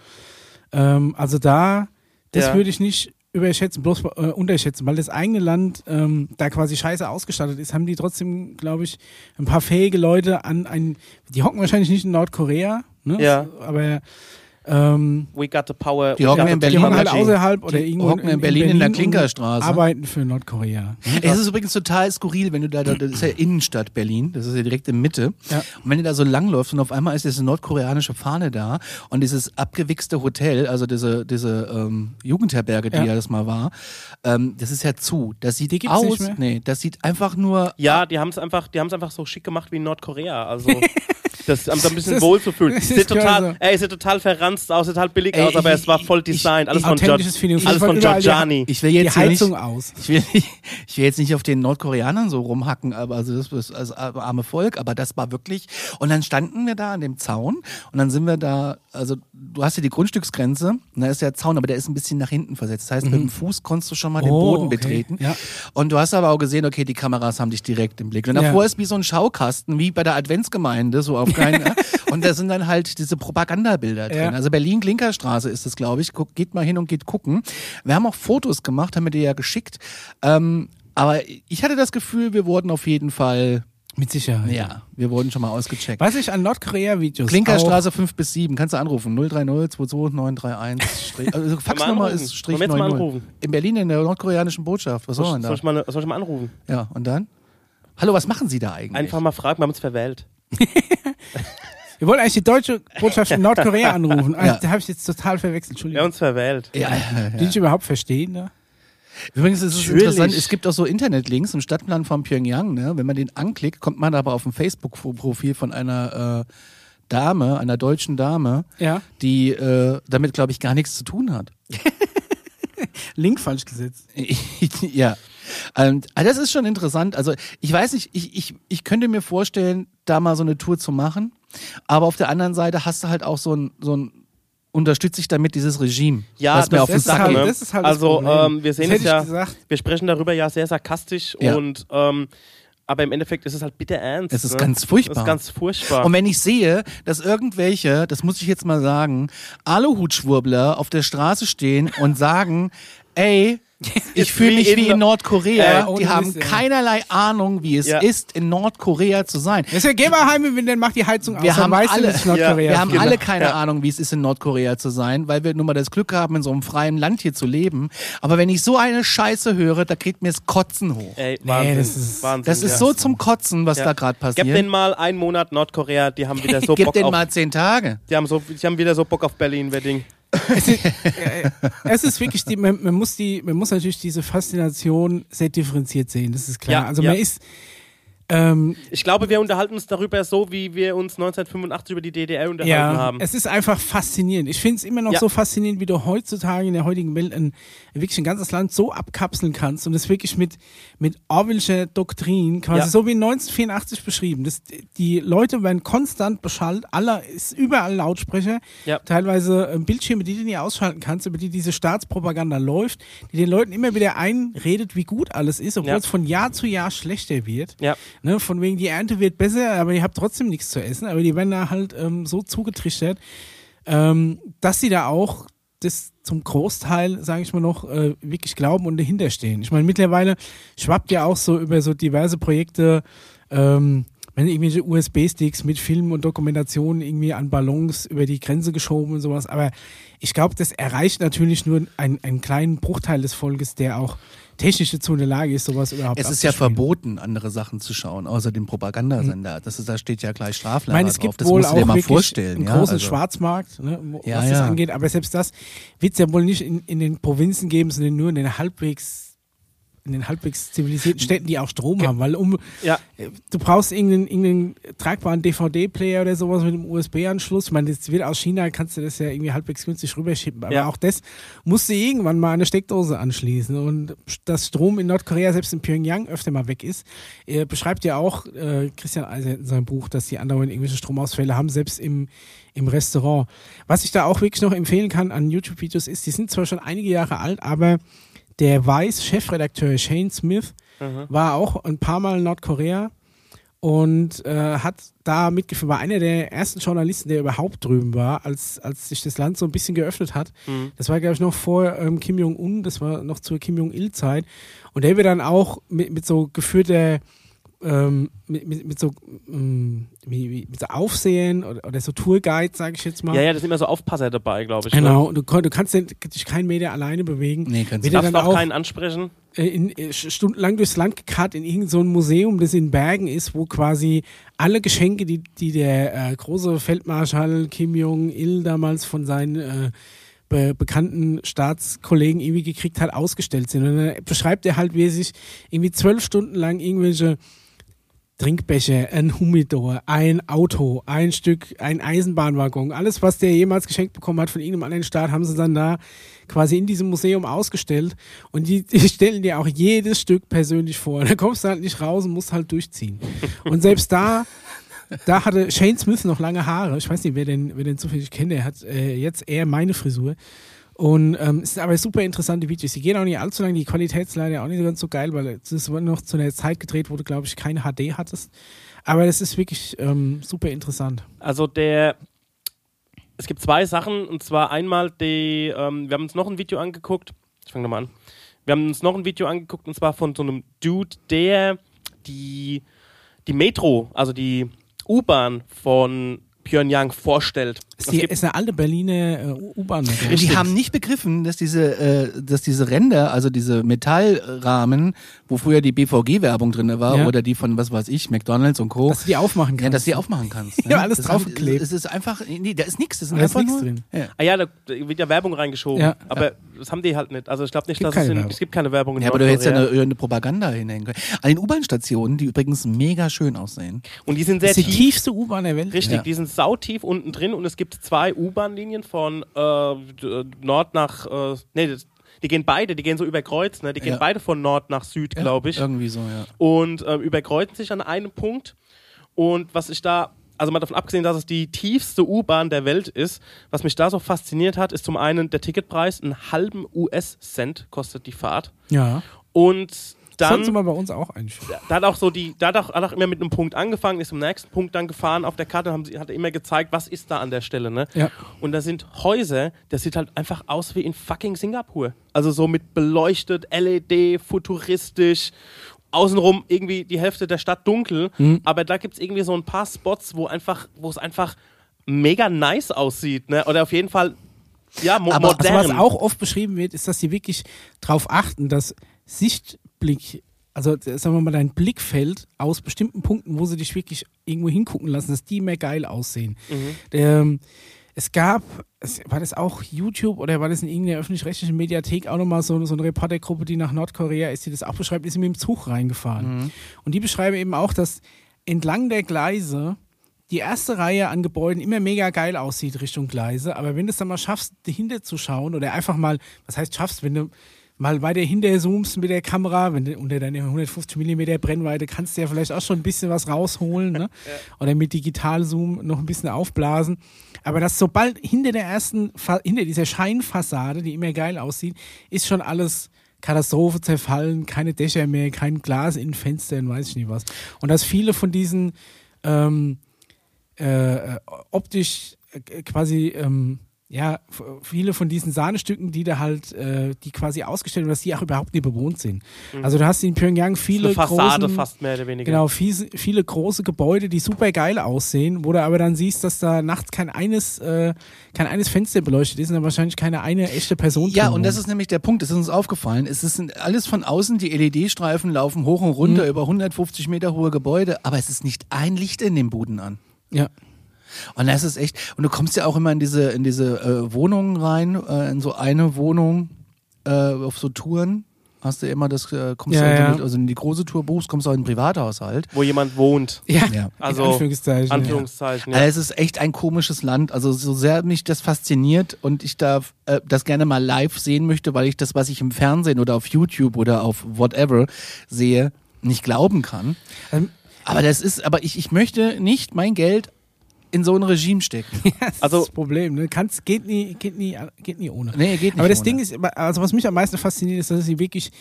Ähm, also da, das
Ja.
würde ich nicht überschätzen, bloß äh, unterschätzen, weil das eigene Land ähm, da quasi scheiße ausgestattet ist, haben die trotzdem, glaube ich, ein paar fähige Leute an ein. Die hocken wahrscheinlich nicht in Nordkorea, ne?
Ja.
Aber ähm,
We got the power.
Die
we
hocken
got
in
the
die
Berlin
hocken halt
Energy.
außerhalb oder
Die
irgendwo
hocken in Berlin in der
und
Klinkerstraße.
Arbeiten für Nordkorea. ne?
Es ist übrigens total skurril, wenn du da, da- das ist ja Innenstadt Berlin, das ist ja direkt in Mitte.
Ja.
Und wenn du da so langläufst und auf einmal ist diese nordkoreanische Fahne da und dieses abgewichste Hotel, also diese, diese ähm, Jugendherberge, die
Ja.
ja, das mal war, ähm, das ist ja zu. Das sieht
gibt's
aus,
nicht mehr?
nee, das sieht einfach nur
Ja, die haben es einfach, die haben's einfach so schick gemacht wie in Nordkorea. Also, das haben da ein bisschen
Das-
wohlzufühlen.
das
Sieht
ist
total,
geil so.
ey, sieht total verranzt aus, sieht total billig
Ey,
aus, aber
ich-
es war voll
ich- ich-
designt. Alles von,
authentisches Feeling.
Gior-
Ich
alles
fand
von
überall die-
Giorgiani.
Ich will jetzt
die
hier nicht-
Heizung aus.
Ich will, nicht, ich will jetzt nicht auf den Nordkoreanern so rumhacken, aber also das ist das arme Volk, aber das war wirklich. Und dann standen wir da an dem Zaun und dann sind wir da, also du hast hier die Grundstücksgrenze und da ist der Zaun, aber der ist ein bisschen nach hinten versetzt. Das heißt, mit dem Fuß konntest du schon mal den
Mhm. Oh,
Boden
okay.
betreten.
Ja.
Und du hast aber auch gesehen, okay, die Kameras haben dich direkt im Blick. Und
Ja.
davor ist wie so ein Schaukasten, wie bei der Adventsgemeinde, so auf keinen. und da sind dann halt diese Propagandabilder drin.
Ja.
Also Berlin-Klinkerstraße ist das, glaube ich. Guck, geht mal hin und geht gucken. Wir haben auch Fotos gemacht, haben wir dir ja geschickt. Ähm, aber ich hatte das Gefühl, wir wurden auf jeden Fall,
Mit Sicherheit.
ja, wir wurden schon mal ausgecheckt.
Was ich an Nordkorea-Videos
Klinkerstraße 5 bis 7, kannst du anrufen. 030 22931. Also Faxnummer
anrufen?
ist Strich
Wollen wir jetzt mal
90.
anrufen?
In Berlin in der nordkoreanischen Botschaft. Was soll man da?
Soll ich, mal, soll ich mal anrufen?
Ja, und dann? Hallo, was machen Sie da eigentlich?
Einfach mal fragen, wir haben uns verwählt.
Auch, wir wollten eigentlich die deutsche Botschaft in Nordkorea anrufen. Ah,
Ja.
Da habe ich jetzt total verwechselt.
Wir
Entschuldigung.
haben uns verwählt.
ja, ja,
Die
ja.
ich überhaupt verstehen. Ne?
Übrigens ist es
Natürlich.
interessant, es gibt auch so Internetlinks im Stadtplan von Pyongyang. Ne? Wenn man den anklickt, kommt man aber auf ein Facebook-Profil von einer äh, Dame, einer deutschen Dame,
Ja.
die äh, damit, glaube ich, gar nichts zu tun hat.
Link falsch gesetzt.
ja. Und, ah, das ist schon interessant. Also ich weiß nicht, ich, ich, ich könnte mir vorstellen, da mal so eine Tour zu machen. Aber auf der anderen Seite hast du halt auch so ein, so ein unterstütze ich damit dieses Regime,
Ja,
was mir auf den
ist
Sack
halt-
geht.
das ist halt das
also
Problem.
ähm, wir
Das
sehen
hätte
es
ich
ja,
gesagt.
wir sprechen darüber ja sehr sarkastisch
Ja.
und ähm, aber im Endeffekt ist es halt bitter ernst.
Es ist ganz furchtbar.
Es ist ganz furchtbar.
Und wenn ich sehe, dass irgendwelche, das muss ich jetzt mal sagen, Aluhutschwurbler auf der Straße stehen und sagen, ey, ich
ist
fühle
wie
mich
in
wie in
Äh,
Nordkorea.
ohne
die haben
Mist, ja.
keinerlei Ahnung, wie es
Ja.
ist, in Nordkorea zu sein.
Das ist ja geh mal heim, wenn dann macht die Heizung aus.
Wir
dann
haben
weißt
alle-
du, dass Nordkorea
Wir haben
fehlt.
alle keine
Ja.
Ahnung, wie es ist, in Nordkorea zu sein, weil wir nun mal das Glück haben, in so einem freien Land hier zu leben. Aber wenn ich so eine Scheiße höre, da kriegt mir das Kotzen hoch.
Ey, Wahnsinn,
das ist-
Wahnsinn,
Das ist
ja.
so zum Kotzen, was da gerade
Gib denen
passiert.
mal einen Monat Nordkorea, die haben wieder so
Gib
Bock
den
auf.
mal zehn Tage.
Die haben, so, die haben wieder so Bock auf Berlin-Wedding.
es, ist, äh, es ist wirklich, die, man, man, muss die, man muss natürlich diese Faszination sehr differenziert sehen, das ist klar.
Ja,
also
ja.
man ist, ähm,
Ich glaube, wir unterhalten uns darüber so, wie wir uns 1985 über die DDR unterhalten
ja,
haben.
es ist einfach faszinierend. Ich finde es immer noch
Ja.
so faszinierend, wie du heutzutage in der heutigen Welt ein, wirklich ein ganzes Land so abkapseln kannst und es wirklich mit, mit Orwellscher Doktrin, quasi
Ja.
so wie 1984 beschrieben. Das, die Leute werden konstant beschallt, aller, ist überall Lautsprecher,
Ja.
teilweise äh, Bildschirme, die du nie ausschalten kannst, über die diese Staatspropaganda läuft, die den Leuten immer wieder einredet, wie gut alles ist, obwohl
Ja.
es von Jahr zu Jahr schlechter wird.
Ja.
Ne, von wegen, die Ernte wird besser, aber ihr habt trotzdem nichts zu essen. Aber die werden da halt ähm, so zugetrichtert, ähm, dass sie da auch das zum Großteil, sage ich mal noch, äh, wirklich glauben und dahinter stehen. Ich meine, mittlerweile schwappt ja auch so über so diverse Projekte, ähm, wenn irgendwelche USB-Sticks mit Filmen und Dokumentationen irgendwie an Ballons über die Grenze geschoben und sowas. Aber ich glaube, das erreicht natürlich nur einen, einen kleinen Bruchteil des Volkes, der auch technisch dazu in der Lage ist, sowas überhaupt
Es ist ja
abzuspielen.
verboten, andere Sachen zu schauen, außer dem Propagandasender. Das ist, da steht ja gleich
Ich
Straflager
meine, es
drauf.
gibt
Das
wohl
musst du
auch
dir mal
wirklich
vorstellen.
einen
ja?
großen
also,
Schwarzmarkt, ne, wo-
Ja,
was das
ja.
angeht. Aber selbst das wird es ja wohl nicht in, in den Provinzen geben, sondern nur in den halbwegs in den halbwegs zivilisierten Städten, die auch Strom haben, weil um
Ja.
du brauchst irgendeinen, irgendeinen tragbaren DVD-Player oder sowas mit einem USB-Anschluss. Ich meine, das wird aus China, kannst du das ja irgendwie halbwegs günstig rüberschippen. Aber
Ja.
auch das musst du irgendwann mal an eine Steckdose anschließen. Und dass Strom in Nordkorea, selbst in Pyongyang, öfter mal weg ist, äh, beschreibt ja auch äh, Christian Eiser in seinem Buch, dass die andauernd irgendwelche Stromausfälle haben, selbst im, im Restaurant. Was ich da auch wirklich noch empfehlen kann an YouTube-Videos ist, die sind zwar schon einige Jahre alt, aber
Mhm.
der Weiß-Chefredakteur Shane Smith war auch ein paar Mal in Nordkorea und äh, hat da mitgeführt, war einer der ersten Journalisten, der überhaupt drüben war, als, als sich das Land so ein bisschen geöffnet hat.
Mhm.
Das war, glaube ich, noch vor ähm, Kim Jong-un, das war noch zur Kim Jong-il-Zeit. Und der wird dann auch mit, mit so geführter, ähm, mit, mit, mit so, ähm, wie, wie, mit so Aufsehen oder, oder so Tourguides, sage ich jetzt mal.
Ja, ja, das sind immer so Aufpasser dabei, glaube ich. ne?
Genau, und du, kon- du kannst den- dich keinen Meter alleine bewegen.
Nee, kannst
Wird
du
er
Darfst
dann
auch
auch
keinen ansprechen?
äh, in, äh, stundenlang durchs Land gekarrt in irgendein so ein Museum, das in Bergen ist, wo quasi alle Geschenke, die, die der äh, große Feldmarschall Kim Jong-il damals von seinen äh, be bekannten Staatskollegen irgendwie gekriegt hat, ausgestellt sind. Und dann beschreibt er halt, wie er sich irgendwie zwölf Stunden lang irgendwelche Trinkbecher, ein Humidor, ein Auto, ein Stück, ein Eisenbahnwaggon, alles, was der jemals geschenkt bekommen hat von irgendeinem anderen Staat, haben sie dann da quasi in diesem Museum ausgestellt. Und die, die stellen dir auch jedes Stück persönlich vor. Da kommst du halt nicht raus und musst halt durchziehen. Und selbst da, da hatte Shane Smith noch lange Haare. Ich weiß nicht, wer den, wer den zufällig kennt, der hat äh, jetzt eher meine Frisur. Und ähm, es sind aber super interessante Videos. Die gehen auch nicht allzu lange. Die Qualität ist leider auch nicht ganz so geil, weil es wurde noch zu einer Zeit gedreht, wo du, glaube ich, keine HD hattest. Aber das ist wirklich ähm, super interessant.
Also der. Es gibt zwei Sachen, und zwar einmal die. Ähm, wir haben uns noch ein Video angeguckt. Ich fange nochmal an. Wir haben uns noch ein Video angeguckt, und zwar von so einem Dude, der die, die Metro, also die U-Bahn von Pyongyang vorstellt.
Es
Es
ist, die,
gibt-
ist eine alte Berliner äh, U-Bahn.
Und die haben nicht begriffen, dass diese, äh, dass diese Ränder, also diese Metallrahmen, wo früher die BVG-Werbung drin war
Ja.
oder die von, was weiß ich, McDonalds und Co.,
Dass du die aufmachen
ja,
kannst.
dass die aufmachen kannst. ne?
Ja, alles
Das
draufgeklebt.
haben- Es ist einfach, nee, da ist nichts. Da ist
Da ist
einfach
nichts
nur,
drin.
Ja.
ah ja, da wird ja Werbung reingeschoben.
Ja.
aber das haben die halt nicht. Also ich glaube nicht,
Gibt
dass es,
keine
in,
Werbung.
es gibt keine Werbung in
Ja, aber du hättest ja
Nordkorea.
eine, eine Propaganda hinhängen können. An den U-Bahn-Stationen, die übrigens mega schön aussehen.
Und die sind sehr
das ist die
tief.
tiefste U-Bahn der Welt.
Richtig,
Ja.
die sind sautief unten drin und es gibt zwei U-Bahn-Linien von äh, d- Nord nach. Äh, nee, das, die gehen beide, die gehen so über Kreuz, ne? Die gehen
Ja.
beide von Nord nach Süd, glaube ich.
Irgendwie so, ja.
Und äh, überkreuzen sich an einem Punkt. Und was ich da. Also mal davon abgesehen, dass es die tiefste U-Bahn der Welt ist, was mich da so fasziniert hat, ist zum einen der Ticketpreis, einen halben US-Cent kostet die Fahrt.
Ja.
Und dann
Sonst immer bei uns auch eigentlich.
da hat auch so die, da hat auch, hat auch immer mit einem Punkt angefangen, ist zum nächsten Punkt dann gefahren auf der Karte, haben sie, hat er immer gezeigt, was ist da an der Stelle, ne?
Ja.
Und da sind Häuser, das sieht halt einfach aus wie in fucking Singapur. Also so mit beleuchtet, LED, futuristisch, außenrum irgendwie die Hälfte der Stadt dunkel,
Mhm.
aber da gibt's irgendwie so ein paar Spots, wo einfach, wo es einfach mega nice aussieht, ne? Oder auf jeden Fall, ja, mo
Aber-
modern.
Also was auch oft beschrieben wird, ist, dass sie wirklich darauf achten, dass Sichtblick, also äh, sagen wir mal, dein Blickfeld aus bestimmten Punkten, wo sie dich wirklich irgendwo hingucken lassen, dass die mehr geil aussehen. Ähm, es gab, es, war das auch YouTube oder war das in irgendeiner öffentlich-rechtlichen Mediathek auch nochmal so, so eine Reportergruppe, die nach Nordkorea ist, die das auch beschreibt, die sind mit dem Zug reingefahren. Und die beschreiben eben auch, dass entlang der Gleise die erste Reihe an Gebäuden immer mega geil aussieht Richtung Gleise, aber wenn du es dann mal schaffst, dahinter zu schauen oder einfach mal, was heißt schaffst, wenn du mal weiter hinter zoomst mit der Kamera, wenn du unter deine 150 mm Brennweite kannst du ja vielleicht auch schon ein bisschen was rausholen, ne? Oder mit Digitalzoom noch ein bisschen aufblasen, aber das sobald hinter der ersten Fa hinter dieser Scheinfassade, die immer geil aussieht, ist schon alles Katastrophe zerfallen, keine Dächer mehr, kein Glas in Fenstern, weiß ich nicht was. Und dass viele von diesen ähm, äh, äh, optisch äh, quasi ähm, ja f- viele von diesen Sahnestücken, die da halt äh, die quasi ausgestellt werden, dass die auch überhaupt nicht bewohnt sind. Also du hast in Pyongyang viele
Mhm. eine Fassade
großen,
fast mehr oder weniger.
Genau, fiese, viele große Gebäude, die super geil aussehen, wo du aber dann siehst, dass da nachts kein eines, äh, kein eines Fenster beleuchtet ist und da wahrscheinlich keine eine echte Person
Ja,
drin
und das
wohnt.
ist nämlich der Punkt, das ist uns aufgefallen. Es ist ein- alles von außen, die LED-Streifen laufen hoch und runter
Mhm.
über 150 Meter hohe Gebäude, aber es ist nicht ein Licht in den Buden an.
ja.
Und das ist echt, und du kommst ja auch immer in diese, in diese äh, Wohnungen rein, äh, in so eine Wohnung äh, auf so Touren. Hast du immer das, äh, kommst
Ja,
du
ja.
in die, also in die große Tour buchst, kommst du auch in den Privathaushalt.
Wo jemand wohnt.
ja,
Ja.
Also,
in Anführungszeichen. ja.
Anführungszeichen. ja.
Also es ist echt ein komisches Land. Also so sehr mich das fasziniert und ich da äh, das gerne mal live sehen möchte, weil ich das, was ich im Fernsehen oder auf YouTube oder auf whatever sehe, nicht glauben kann.
Ähm,
Aber das ist, aber ich, ich möchte nicht mein Geld in so ein Regime stecken.
Das
Also-
also, ist das Problem, ne? Kannst, geht, nie, geht, nie, geht nie ohne.
Nee, geht nicht
Aber das
ohne.
Ding ist, also was mich am meisten fasziniert, ist, dass sie wirklich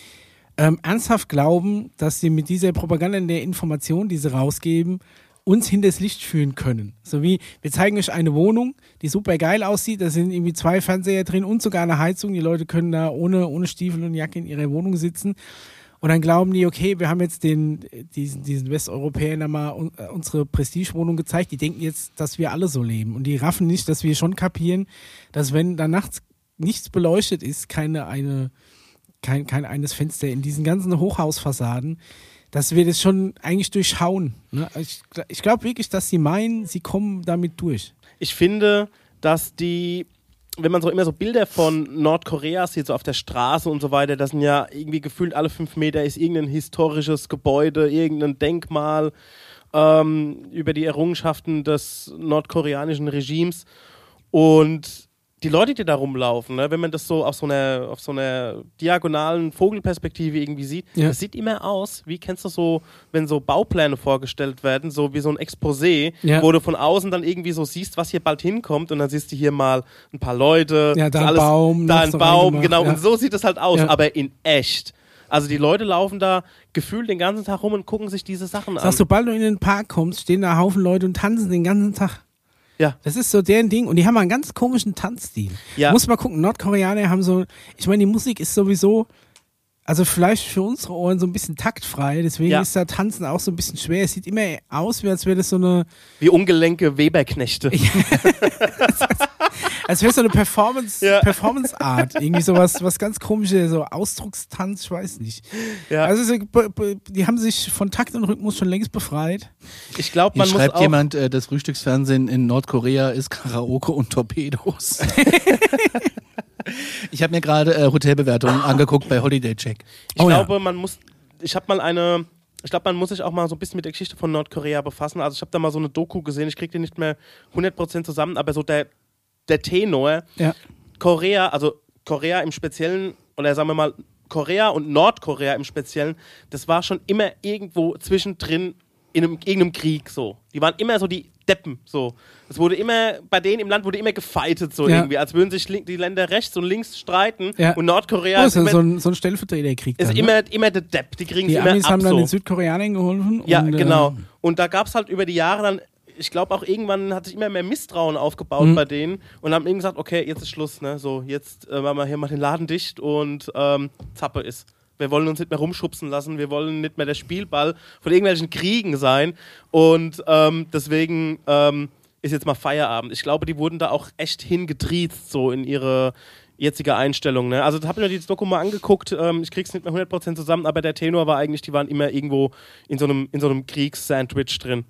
ähm, ernsthaft glauben, dass sie mit dieser Propaganda und der Information, die sie rausgeben, uns hinters Licht führen können. So wie, wir zeigen euch eine Wohnung, die super geil aussieht, da sind irgendwie zwei Fernseher drin und sogar eine Heizung, die Leute können da ohne, ohne Stiefel und Jacke in ihrer Wohnung sitzen. Und dann glauben die, okay, wir haben jetzt den, diesen, diesen Westeuropäern da mal un, äh, unsere Prestigewohnung gezeigt. Die denken jetzt, dass wir alle so leben. Und die raffen nicht, dass wir schon kapieren, dass wenn da nachts nichts beleuchtet ist, keine eine, kein, kein eines Fenster in diesen ganzen Hochhausfassaden, dass wir das schon eigentlich durchschauen. Ne? Ich, gl- ich glaube wirklich, dass sie meinen, sie kommen damit durch.
ich finde, dass die, wenn man so immer so Bilder von Nordkorea sieht, so auf der Straße und so weiter, das sind ja irgendwie gefühlt alle fünf Meter ist irgendein historisches Gebäude, irgendein Denkmal ähm, über die Errungenschaften des nordkoreanischen Regimes. Und die Leute, die da rumlaufen, ne, wenn man das so auf so einer, auf so einer diagonalen Vogelperspektive irgendwie sieht,
Ja.
das sieht immer aus, wie kennst du so, wenn so Baupläne vorgestellt werden, so wie so ein Exposé,
Ja.
wo du von außen dann irgendwie so siehst, was hier bald hinkommt und dann siehst du hier mal ein paar Leute,
Ja, da
ist
ein Baum,
da
noch
ein
so
Baum,
reingemacht,
genau,
ja.
und so sieht es halt aus,
Ja.
aber in echt. Also die Leute laufen da gefühlt den ganzen Tag rum und gucken sich diese Sachen an.
Sagst, sobald du in den Park kommst, stehen da Haufen Leute und tanzen den ganzen Tag.
Ja.
Das ist so deren Ding. Und die haben einen ganz komischen Tanzstil.
Ja.
Muss mal gucken, Nordkoreaner haben so, ich meine, die Musik ist sowieso, also vielleicht für unsere Ohren so ein bisschen taktfrei, deswegen
Ja.
ist da Tanzen auch so ein bisschen schwer. Es sieht immer aus, wie als wäre das so eine,
Wie ungelenke Weberknechte.
als wäre so eine Performance,
Ja.
Performance Art. Irgendwie sowas, was ganz komisches, so Ausdruckstanz, ich weiß nicht.
Ja.
Also so, b- b- die haben sich von Takt und Rhythmus schon längst befreit.
Ich glaube,
Hier
man muss
schreibt
auch
jemand, äh, das Frühstücksfernsehen in Nordkorea ist Karaoke und Torpedos. ich habe mir gerade äh, Hotelbewertungen angeguckt bei Holiday Check.
Ich
Oh ja.
glaube, man muss. Ich habe mal eine. Ich glaube, man muss sich auch mal so ein bisschen mit der Geschichte von Nordkorea befassen. Also ich habe da mal so eine Doku gesehen. Ich kriege die nicht mehr 100% zusammen, aber so der, der Tenor.
Ja.
Korea, also Korea im Speziellen, oder sagen wir mal, Korea und Nordkorea im Speziellen, das war schon immer irgendwo zwischendrin in einem, irgendeinem Krieg so. Die waren immer so die Deppen so. Es wurde immer, bei denen im Land wurde immer gefeitet so
Ja.
irgendwie, als würden sich link- die Länder rechts und links streiten
Ja.
und Nordkorea
oh,
ist
so,
immer
so ein, so ein Stellvertreterkrieg.
ist
dann, ne?
immer, immer der Depp. Die kriegen
Die
immer
Amis
ab
haben dann
so.
den Südkoreanern geholfen.
Ja,
und, äh,
genau. Und da gab es halt über die Jahre dann, ich glaube auch irgendwann hat sich immer mehr Misstrauen
Mhm.
aufgebaut bei denen und haben eben gesagt, okay, jetzt ist Schluss, ne? So, jetzt äh, machen wir hier mal den Laden dicht und ähm, Zappe ist. Wir wollen uns nicht mehr rumschubsen lassen, wir wollen nicht mehr der Spielball von irgendwelchen Kriegen sein. Und ähm, deswegen ähm, ist jetzt mal Feierabend. Ich glaube, die wurden da auch echt hingetriezt, so in ihre jetzige Einstellung. Ne? Also, habe mir die Doku mal angeguckt. Ähm, ich krieg's nicht mehr 100% zusammen, aber der Tenor war eigentlich, die waren immer irgendwo in so einem, in so einem Kriegssandwich drin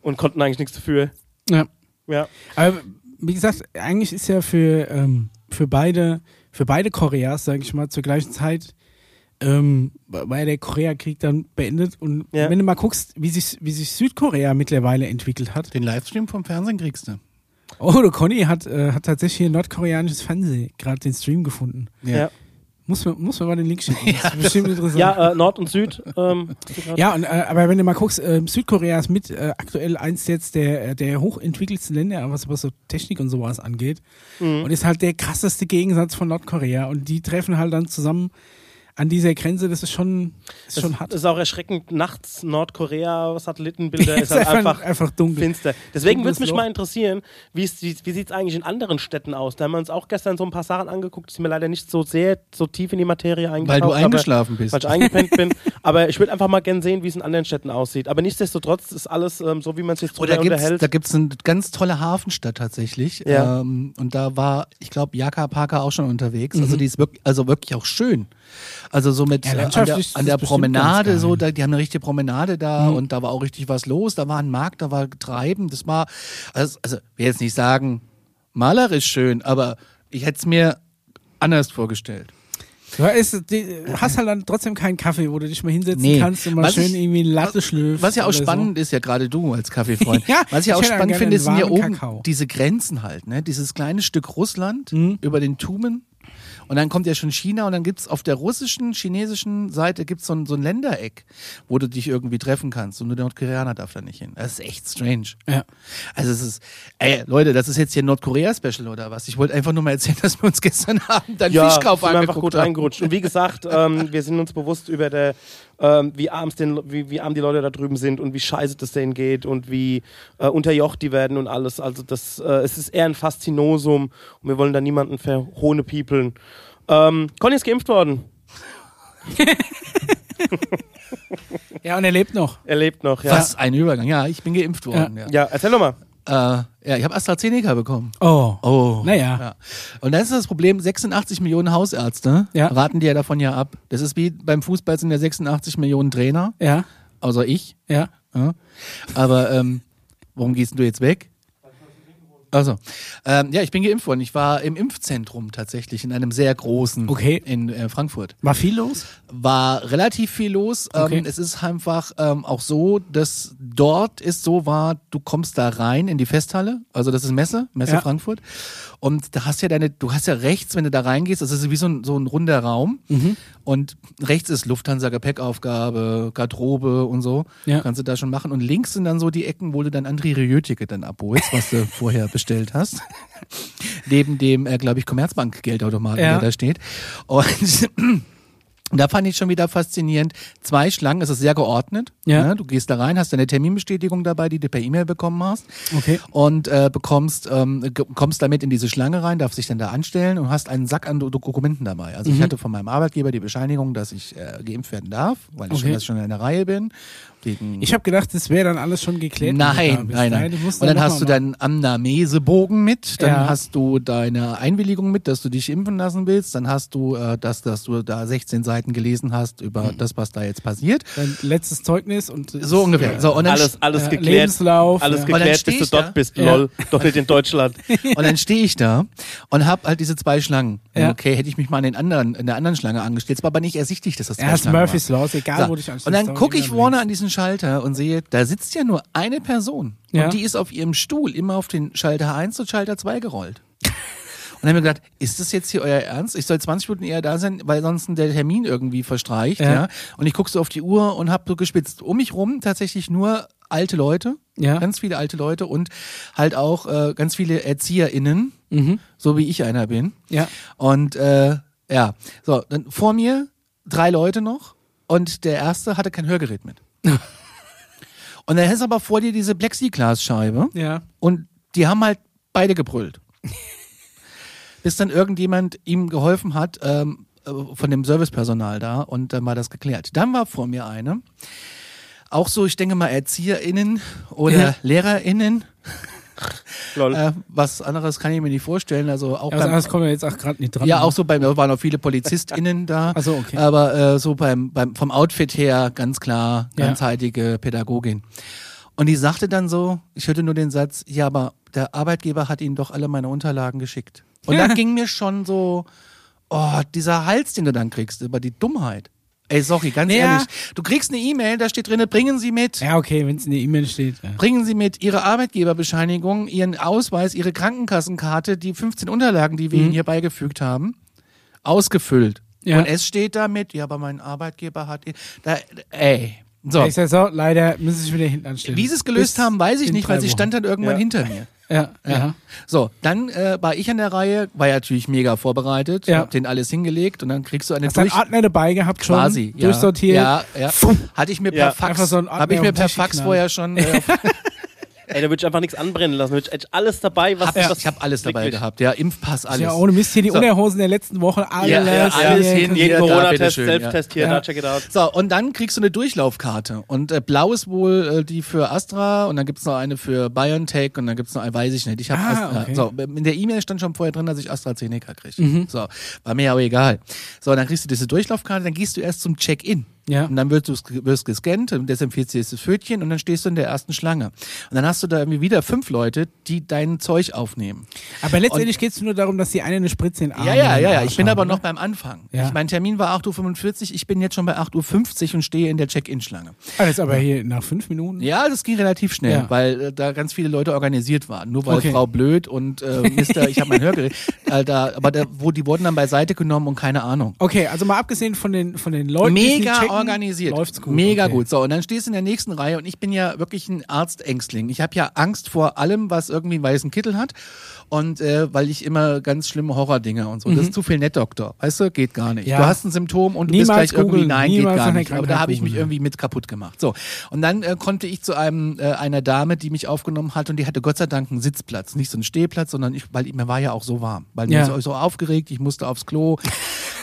und konnten eigentlich nichts dafür.
Ja.
Ja.
Aber wie gesagt, eigentlich ist ja für, ähm, für beide, für beide Koreas, sage ich mal, zur gleichen Zeit ähm, war ja der Koreakrieg dann beendet. Und
Ja.
wenn du mal guckst, wie sich, wie sich Südkorea mittlerweile entwickelt hat.
Den Livestream vom Fernsehen kriegst du.
Oh, der Conny hat, äh, hat tatsächlich hier nordkoreanisches Fernsehen gerade den Stream gefunden.
Ja,
Muss man, muss man mal den Link schicken. Das ist bestimmt interessant.
ja äh, Nord und Süd. Ähm,
Ja, und, äh, aber wenn du mal guckst, ähm, Südkorea ist mit äh, aktuell eins jetzt der, äh, der hochentwickelsten Länder, was, was so Technik und sowas angeht.
Mhm.
Und ist halt der krasseste Gegensatz von Nordkorea. Und die treffen halt dann zusammen an dieser Grenze. Das ist schon, ist schon hart.
Das ist auch erschreckend. Nachts Nordkorea, Satellitenbilder ist halt einfach
einfach dunkel.
finster. Deswegen würde
Dunkles
es mich
Loch.
mal interessieren, wie, ist, wie, wie sieht es eigentlich in anderen Städten aus? Da haben wir uns auch gestern so ein paar Sachen angeguckt, ist mir leider nicht so sehr so tief in die Materie eingetaucht.
du
aber-
eingeschlafen bist.
Weil ich eingepennt bin. Aber ich würde einfach mal gern sehen, wie es in anderen Städten aussieht. Aber nichtsdestotrotz ist alles ähm, so, wie man es jetzt
Oder
drüber
gibt's,
unterhält.
da gibt es eine ganz tolle Hafenstadt tatsächlich.
Ja.
Ähm, und da war, ich glaube, Jaka Parker auch schon unterwegs. Also die ist wirklich, also wirklich auch schön. Also so mit
Mhm. Ja,
äh, an der,
landschaftlich ist
an der
das bestimmt ganz
Promenade,
geil. Mhm.
so, da, die haben eine richtige Promenade da und da war auch richtig was los. Da war ein Markt, da war Treiben. Das war, also, also ich will jetzt nicht sagen, malerisch schön, aber ich hätte es mir anders vorgestellt.
Du hast, die, hast halt dann trotzdem keinen Kaffee, wo du dich mal hinsetzen
Nee.
kannst und mal
Was
schön
ich-
irgendwie eine Latte schlürfst.
Was ja auch
oder so.
spannend ist, ja gerade du als Kaffeefreund.
Ja,
was ich
ich
ja auch
hätte dann
spannend
gerne
finde,
einen
sind ja
warmen
oben
Kakao. Mhm.
diese Grenzen halt, ne? Dieses kleine Stück Russland über den Tumen Und dann kommt ja schon China und dann gibt's auf der russischen, chinesischen Seite gibt's so, ein, so ein Ländereck, wo du dich irgendwie treffen kannst. Und nur der Nordkoreaner darf da nicht hin. Das ist echt strange.
Ja.
Also es ist, ey, Leute, das ist jetzt hier ein Nordkorea-Special oder was? Ich wollte einfach nur mal erzählen, dass wir uns gestern Abend einen
ja,
Fischkauf
sind wir einfach
angeguckt
gut
haben.
reingerutscht. Und wie gesagt, ähm, wir sind uns bewusst über der, ähm, wie, arm's den, wie, wie arm die Leute da drüben sind und wie scheiße das denen geht und wie äh, unterjocht die werden und alles. Also das, äh, es ist eher ein Faszinosum und wir wollen da niemanden verhohnepiepeln. Ähm, Conny ist geimpft worden.
Ja, und er lebt noch.
Er lebt noch, ja.
Was ein Übergang. Ja, ich bin geimpft worden. Ja,
Ja, erzähl doch mal.
ja. Äh, ja ich habe AstraZeneca bekommen.
Oh.
Oh.
Naja.
Ja. Und das ist das Problem, 86 Millionen Hausärzte
Ja.
raten dir davon ja ab. Das ist wie beim Fußball sind ja 86 Millionen Trainer,
Ja,
außer ich.
ja.
Ja. Aber ähm, warum gehst denn du jetzt weg? Also, ähm, ja, ich bin geimpft worden. Ich war im Impfzentrum tatsächlich, in einem sehr großen
Okay.
in äh, Frankfurt
War viel los?
war relativ viel los.
Okay.
Ähm, es ist einfach ähm, auch so, dass dort es so war, du kommst da rein in die Festhalle, also das ist Messe, Messe
Ja.
Frankfurt. Und da hast ja deine, du hast ja rechts, wenn du da reingehst, das ist wie so ein, so ein runder Raum.
Mhm.
Und rechts ist Lufthansa Gepäckaufgabe, Garderobe und so.
Ja.
Kannst du da schon machen. Und links sind dann so die Ecken, wo du dann André Riötike dann abholst, was du vorher bestellt hast neben dem, äh, glaube ich, Commerzbank-Geldautomaten,
Ja.
der da steht. Und da fand ich schon wieder faszinierend. Zwei Schlangen, es ist sehr geordnet.
Ja.
Ne? Du gehst da rein, hast deine Terminbestätigung dabei, die du per E-Mail bekommen hast.
Okay.
Und äh, bekommst, ähm, ge- kommst damit in diese Schlange rein, darfst dich dann da anstellen und hast einen Sack an Do Dokumenten dabei. Also
Mhm.
ich hatte von meinem Arbeitgeber die Bescheinigung, dass ich äh, geimpft werden darf, weil ich
Okay.
schon, dass ich schon in der Reihe bin. Wegen
Ich habe gedacht, das wäre dann alles schon geklärt. wenn du da
Nein,
bist.
nein, nein.
du musst
Und dann
noch
hast du
mal machen.
deinen Anamnesebogen mit, dann
Ja.
hast du deine Einwilligung mit, dass du dich impfen lassen willst, dann hast du äh, das, dass du da 16 Seiten gelesen hast über
Hm.
das, was da jetzt passiert.
dein letztes Zeugnis und
So ungefähr. So, und dann,
Alles, alles
äh,
geklärt.
Lebenslauf,
alles
ja.
Und dann
geklärt,
steh
bis du
ich da.
dort bist.
Ja.
Lol. Doch nicht in Deutschland.
und dann stehe ich da und hab halt diese zwei Schlangen.
Ja.
Okay, hätte ich mich mal in, den anderen, in der anderen Schlange angestellt. Es war aber nicht ersichtlich, dass das zwei
erst
Schlangen waren.
Murphy's Law, ist egal,
So.
wo dich anschließt.
und dann
dauert
gucke
immer
ich
am
vorne an diesen Schalter und sehe, da sitzt ja nur eine Person.
Ja.
Und die ist auf ihrem Stuhl immer auf den Schalter 1 und Schalter 2 gerollt. Und dann haben wir gedacht, ist das jetzt hier euer Ernst? Ich soll 20 Minuten eher da sein, weil sonst der Termin irgendwie verstreicht.
Ja.
Ja. Und ich gucke so auf die Uhr und habe so gespitzt. Um mich rum tatsächlich nur alte Leute,
Ja.
ganz viele alte Leute und halt auch äh, ganz viele ErzieherInnen, so wie ich einer bin.
Ja.
Und äh, ja, so, dann vor mir drei Leute noch und der erste hatte kein Hörgerät mit. und dann ist aber vor dir diese Plexiglasscheibe
Leben. Ja.
und die haben halt beide gebrüllt. Bis dann irgendjemand ihm geholfen hat, ähm, äh, von dem Servicepersonal da und dann war das geklärt. Dann war vor mir eine, auch so, ich denke mal, ErzieherInnen oder
Ja.
LehrerInnen,
Lol.
äh, was anderes kann ich mir nicht vorstellen, also auch
Ja, was
beim
anderes kommen wir jetzt auch gerade nicht dran.
ja, auch so beim, da waren auch viele PolizistInnen da.
Ach so, okay.
Aber äh, so beim, beim, vom Outfit her ganz klar, ganzheitliche Pädagogin. Und die sagte dann so, ich hörte nur den Satz, ja, aber der Arbeitgeber hat Ihnen doch alle meine Unterlagen geschickt. Und da ging mir schon so, oh, dieser Hals, den du dann kriegst, über die Dummheit. Ey, sorry, ganz
Ja.
ehrlich. Du kriegst eine E-Mail, da steht drinne, bringen Sie mit.
Ja, okay, wenn es in der E-Mail steht. Ja.
Bringen Sie mit Ihre Arbeitgeberbescheinigung, Ihren Ausweis, Ihre Krankenkassenkarte, die 15 Unterlagen, die wir Ihnen hier beigefügt haben, ausgefüllt.
Mhm. Ja.
Und es steht damit, ja, aber mein Arbeitgeber hat. ihn- Da, ey. So.
Ich sag so, leider müssen ich wieder hinten anstellen.
Wie sie es gelöst
Bis
haben, weiß ich
in
nicht, weil
drei
sie
Wochen.
stand dann irgendwann
Ja.
hinter mir.
Ja, ja.
So, dann äh, war ich an der Reihe, war ja natürlich mega vorbereitet,
Ja.
hab den alles hingelegt und dann kriegst du eine
Hast du einen
durch,
Ordner dabei gehabt schon?
quasi ja.
Durchsortiert?
Ja, ja. Hatte ich mir per
Ja,
einfach
Fax,
so ein Ordner
habe ich
auf
mir
den
per
Tisch
Fax
geknallt.
vorher schon äh, auf
Ey, da würde ich einfach nichts anbrennen lassen. Da würd ich echt alles dabei, was
Hab,
was-
Ich habe alles dabei
wirklich.
gehabt, ja, Impfpass, alles.
Ja, ohne Mist hier die
So.
Unterhosen der letzten Woche. Alles,
Ja, ja, alles
hier.
hin.
Jeden
Ja, da,
Corona-Test,
bitteschön, ja.
Selbsttest hier,
Ja.
da, check it out.
So, und dann kriegst du eine Durchlaufkarte. Und äh, blau ist wohl äh, die für Astra und dann gibt's noch eine für BioNTech und dann gibt's noch eine, weiß ich nicht. Ich hab
Ah,
Astra.
okay. Mhm.
So, äh, in der E-Mail stand schon vorher drin, dass ich AstraZeneca krieg. So, war mir aber egal. So, dann kriegst du diese Durchlaufkarte, dann gehst du erst zum Check-in.
Ja.
Und dann wirst du wirst gescannt, dann desinfizierst du das Pfötchen und dann stehst du in der ersten Schlange. Und dann hast du da irgendwie wieder fünf Leute, die dein Zeug aufnehmen.
Aber letztendlich geht es nur darum, dass die eine eine Spritze in den Arm
Ja,
und
ja,
in den
ja, ja.
Arsch
Ich bin aber
haben,
noch
ne?
beim Anfang.
Ja.
Ich, mein Termin war 8.45 Uhr, ich bin jetzt schon bei 8.50 Uhr und stehe in der Check-In-Schlange.
Ah, das ist aber hier nach fünf Minuten.
Ja, das ging relativ schnell,
Ja.
weil äh, da ganz viele Leute organisiert waren. Nur weil
Okay.
Frau Blöd und äh, Mister, ich habe mein Hörgerät, äh, da, aber da, wo, die wurden dann beiseite genommen und keine Ahnung.
Okay, also mal abgesehen von den, von den Leuten, die es nicht
Mega
checken,
organisiert.
läuft's gut.
Mega
okay.
gut. So, und dann stehst du in der nächsten Reihe und ich bin ja wirklich ein Arztängstling. Ich habe ja Angst vor allem, was irgendwie einen weißen Kittel hat. Und äh, weil ich immer ganz schlimme Horrordinger und so. Das ist zu viel Nettdoktor. Weißt du, geht gar nicht.
Mhm. Ja.
Du hast ein Symptom und du
Niemals
bist gleich irgendwie,
googeln.
nein,
Niemals
geht gar
eine
nicht. Aber da
Krankheit
habe ich mich
googeln.
irgendwie mit kaputt gemacht. So. Und dann äh, konnte ich zu einem äh, einer Dame, die mich aufgenommen hat und die hatte Gott sei Dank einen Sitzplatz. Nicht so einen Stehplatz, sondern ich, weil mir war ja auch so warm. Weil mir
Ja.
so, so aufgeregt, ich musste aufs Klo.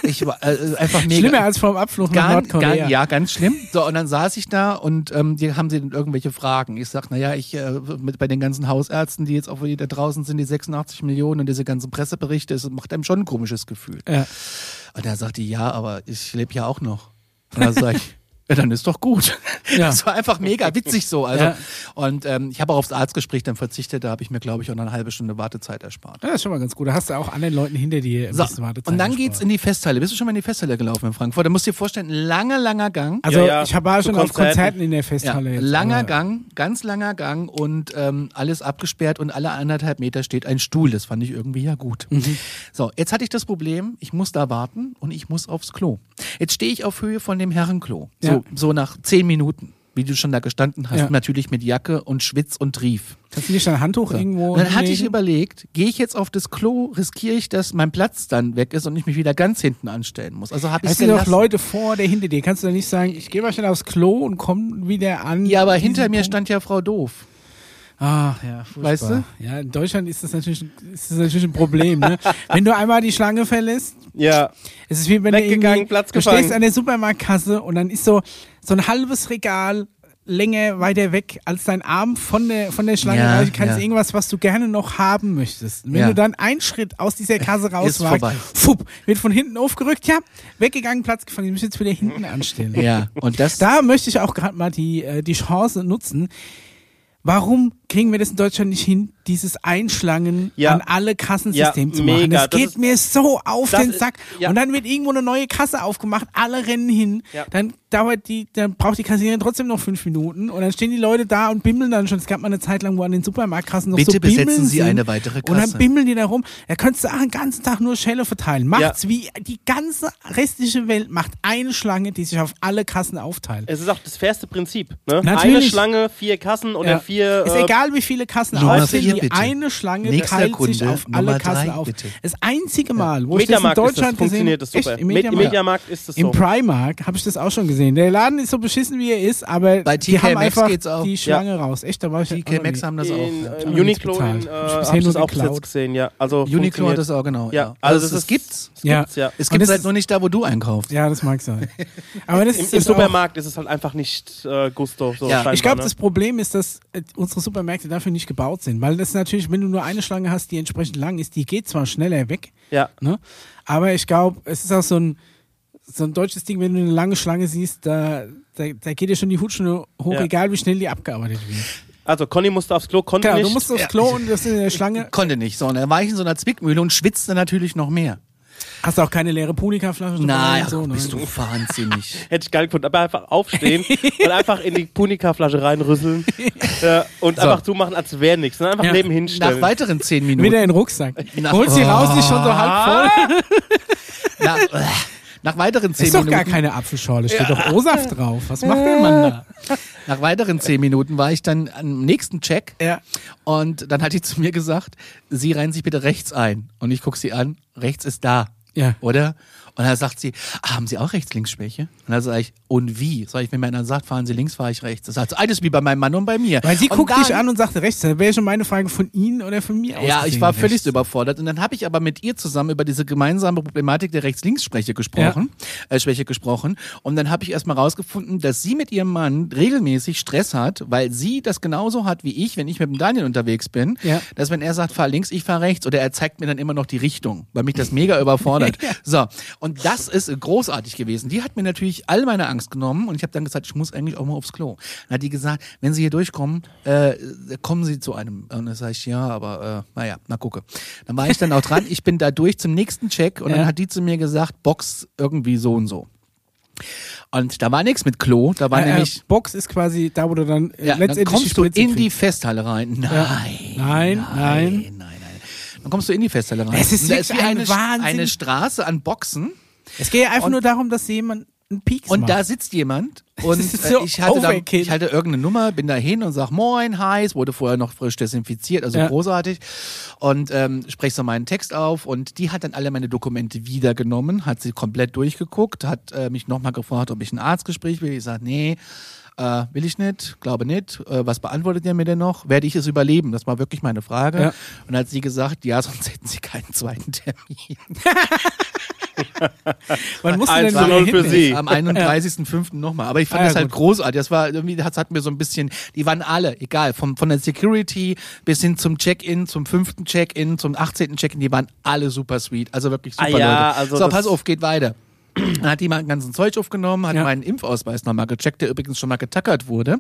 Ich war äh, einfach mega.
Schlimmer als vor dem Abflug nach
Gan,
Nordkorea.
gan, ja, ganz schlimm. So, und dann saß ich da und ähm, die haben sie dann irgendwelche Fragen. Ich sag, naja, ich äh, mit bei den ganzen Hausärzten, die jetzt auch wieder da draußen sind, die 86 Millionen und diese ganzen Presseberichte, es macht einem schon ein komisches Gefühl.
Ja.
Und dann sagt die, ja, aber ich lebe ja auch noch. Und dann sag ich, ja, dann ist doch gut.
Ja.
Das war einfach mega witzig so. Also,
Ja.
Und ähm, ich habe auch aufs Arztgespräch dann verzichtet, da habe ich mir, glaube ich, auch noch eine halbe Stunde Wartezeit erspart.
Ja, das ist schon mal ganz gut. Da hast du auch anderen Leuten hinter dir ein
So,
bisschen Wartezeit
und dann
gespart.
geht's in die Festhalle. Bist du schon mal in die Festhalle gelaufen in Frankfurt? Da musst du dir vorstellen, ein langer, langer Gang.
Also
Ja, ja,
ich war
zu
schon auf
Konzerten.
Konzerten in der
Ja,
Festhalle. jetzt,
langer
aber-
Gang, ganz langer Gang und ähm, alles abgesperrt und alle anderthalb Meter steht ein Stuhl. Das fand ich irgendwie ja gut.
Mhm.
So, jetzt hatte ich das Problem, ich muss da warten und ich muss aufs Klo. Jetzt stehe ich auf Höhe von dem Herrenklo. So,
Ja.
so nach zehn Minuten, wie du schon da gestanden hast,
Ja.
natürlich mit Jacke und Schwitz und Trief.
Kannst du nicht dein Handtuch irgendwo
Und dann hatte ich
hinlegen?
überlegt, gehe ich jetzt auf das Klo, riskiere ich, dass mein Platz dann weg ist und ich mich wieder ganz hinten anstellen muss. Also habe ich
Es sind doch Leute vor oder hinter dir. Kannst du da nicht sagen, ich gehe mal schnell aufs Klo und komm wieder an.
Ja, aber
diesen
hinter mir
Punkt?
stand ja Frau Doof.
Ah, ja, furchtbar.
Weißt du?
Ja, in Deutschland ist das natürlich, ist das natürlich ein Problem. Ne? wenn du einmal die Schlange verlässt,
Ja.
es ist wie wenn
Weggegangen,
du, irgendwie-
Platz
du
gefangen.
stehst an der Supermarktkasse und dann ist so, so ein halbes Regal länger weiter weg als dein Arm von der, von der Schlange.
Ja,
Ja, du kannst
ja.
irgendwas, was du gerne noch haben möchtest. Und wenn
Ja.
du dann einen Schritt aus dieser Kasse raus
vorbei.
fupp, wird von hinten aufgerückt, ja, weggegangen, Platz gefangen, ich muss jetzt wieder hinten anstellen.
Ja, und das
Da möchte ich auch gerade mal die, äh, die Chance nutzen. Warum kriegen wir das in Deutschland nicht hin, dieses Einschlangen
Ja.
an alle Kassensystem
Ja,
zu machen?
mega.
Das
Das
geht
ist-
mir so auf
Das
den
ist-
Sack.
ja.
Und dann wird irgendwo eine neue Kasse aufgemacht, alle rennen hin.
Ja.
Dann dauert die, dann braucht die Kassiererin trotzdem noch fünf Minuten und dann stehen die Leute da und bimmeln dann schon. Es gab mal eine Zeit lang, wo an den Supermarktkassen noch
Bitte
so
besetzen
Bimmeln
Sie
sind.
eine weitere
Und dann
Kasse.
bimmeln die da rum. Da könntest du auch den ganzen Tag nur Schelle verteilen. Macht's wie die ganze restliche Welt macht eine Schlange, die sich auf alle Kassen aufteilt.
Es ist auch das fairste Prinzip. Ne?
Natürlich.
Eine Schlange, vier Kassen oder
Ja.
vier.
Ist
äh,
egal, wie viele Kassen
Nummer
auf sind,
vier,
die
bitte.
eine Schlange
Nächster
teilt sich
Kunde,
auf alle
Nummer
Kassen
drei,
auf.
bitte.
Das einzige Mal, wo ich das in
Mediamarkt ist das,
Deutschland gesehen
funktioniert das super.
Echt, im
Med- Im
Mediamarkt.
Mediamarkt ist das
Im
so.
Primark habe ich das auch schon gesehen. Der Laden ist so beschissen, wie er ist, aber
Bei
die
TK
haben
Maxx
einfach
geht's auch.
die Schlange raus. Echt, da war ich auch
TK
noch
Maxx
nie.
haben das
in,
auch.
äh,
Ja.
Im
nichts
Uniclo
bezahlt.
in, äh,
Ich hab's
hab ich das
nur
auch
geklaut.
jetzt gesehen, ja. Also
Uniclo
funktioniert.
hat das auch genau.
Ja,
Ja.
also
Also,
das
es
ist-
gibt's.
Das
Ja.
gibt's, ja.
Es
Und
gibt
das
halt
ist-
nur nicht da, wo du einkaufst.
Ja, das mag sein. Aber das
Im,
ist
Im
auch-
Supermarkt ist es halt einfach nicht äh, Gusto. So
Ja.
scheinbar,
Ich glaube,
ne?
das Problem ist, dass äh, unsere Supermärkte dafür nicht gebaut sind, weil das natürlich, wenn du nur eine Schlange hast, die entsprechend lang ist, die geht zwar schneller weg,
Ja.
Ne? Aber ich glaube, es ist auch so ein, so ein deutsches Ding, wenn du eine lange Schlange siehst, da, da, da geht dir schon die Hutschnur hoch,
Ja.
egal wie schnell die abgearbeitet wird.
Also Conny musste aufs Klo, konnte
Klar,
nicht.
du musst aufs
Ja.
Klo und das in der Schlange
Konnte nicht. So, und dann war ich in so einer Zwickmühle und schwitzte natürlich noch mehr.
hast du auch keine leere Punika-Flasche. dabei
Na,
und so, ne?
bist du wahnsinnig.
Hätte ich geil gefunden. Aber einfach aufstehen und einfach in die Punika-Flasche reinrüsseln ja, und einfach zumachen, als wäre nichts. Ne? Einfach
Ja.
nebenhin stellen.
Nach weiteren zehn Minuten.
Wieder in den Rucksack.
Na-
Holst die raus, die ist schon so halb voll.
Nach, nach weiteren Ah, zehn
Ist doch gar
Minuten.
keine Apfelschorle, steht doch O-Saft drauf. Was macht der Mann da?
Nach weiteren zehn Minuten war ich dann am nächsten Check.
Ja.
Und dann hat die zu mir gesagt, Sie reihen sich bitte rechts ein. Und ich gucke sie an, rechts ist da.
Ja.
Oder? Und dann sagt sie, ah, haben Sie auch Rechts-Links-Schwäche? Und dann sage ich, und wie? Sag ich, wenn mir einer sagt, fahren Sie links, fahre ich rechts. Das sagt sie, alles wie bei meinem Mann und bei mir.
Weil sie
und
guckt
dann,
dich an und sagt, rechts, da wäre schon meine Frage von Ihnen oder von mir aus.
Ja, ich
gesehen,
war
rechts.
völlig überfordert. Und dann habe ich aber mit ihr zusammen über diese gemeinsame Problematik der Rechts-Links-Schwäche gesprochen, äh, Schwäche gesprochen. Und dann habe ich erstmal rausgefunden, dass sie mit ihrem Mann regelmäßig Stress hat, weil sie das genauso hat wie ich, wenn ich mit dem Daniel unterwegs bin,
Ja.
dass wenn er sagt, fahr links, ich fahr rechts, oder er zeigt mir dann immer noch die Richtung, weil mich das mega überfordert. So. Und Und das ist großartig gewesen. Die hat mir natürlich all meine Angst genommen und ich habe dann gesagt, ich muss eigentlich auch mal aufs Klo. Dann hat die gesagt, wenn Sie hier durchkommen, äh, kommen Sie zu einem. Und dann sage ich, ja, aber äh, naja, na gucke. Dann war ich dann auch dran, ich bin da durch zum nächsten Check und
Ja.
dann hat die zu mir gesagt, Box irgendwie so und so. Und da war nichts mit Klo, da war
Äh, äh,
nämlich,
Box ist quasi da, wo du dann äh,
ja, dann
letztendlich
kommst du
Spritze
in die
kriegst.
Festhalle rein. Nein,
Nein, nein.
nein, nein. Dann kommst du in die Festhalle rein.
Es ist
Und da ist
wirklich
wie
ein
eine,
Wahnsinn.
eine Straße an Boxen.
Es geht ja einfach
Und-
nur darum, dass jemand einen Pieks
Und
macht.
da sitzt jemand und
Das ist so
äh, ich, hatte dann,
Overkill.
ich hatte irgendeine Nummer, bin da hin und sag Moin, hi, es wurde vorher noch frisch desinfiziert, also
Ja.
großartig. Und ähm, spreche so meinen Text auf und die hat dann alle meine Dokumente wiedergenommen, hat sie komplett durchgeguckt, hat äh, mich nochmal gefragt, ob ich ein Arztgespräch will. Ich sage, nee, äh, will ich nicht, glaube nicht. Äh, was beantwortet ihr mir denn noch? Werde ich es überleben? Das war wirklich meine Frage.
Ja.
Und dann hat sie gesagt, ja, sonst hätten sie keinen zweiten Termin.
Wann musst du denn
1 zu
wieder
0 für
hin?
sie.
Am 31.05. nochmal. Aber ich fand
Ah, ja,
das halt
gut.
großartig. Das war irgendwie, das hat mir so ein bisschen, die waren alle, egal, vom, von der Security bis hin zum Check-in, zum fünften Check-in, zum 18. Check-in, die waren alle super sweet. Also wirklich super
Ah, ja,
Leute.
also
so,
das-
pass auf, geht weiter. Dann hat die mal ein ganzen Zeug aufgenommen, hat
Ja.
meinen Impfausweis nochmal gecheckt, der übrigens schon mal getackert wurde. Und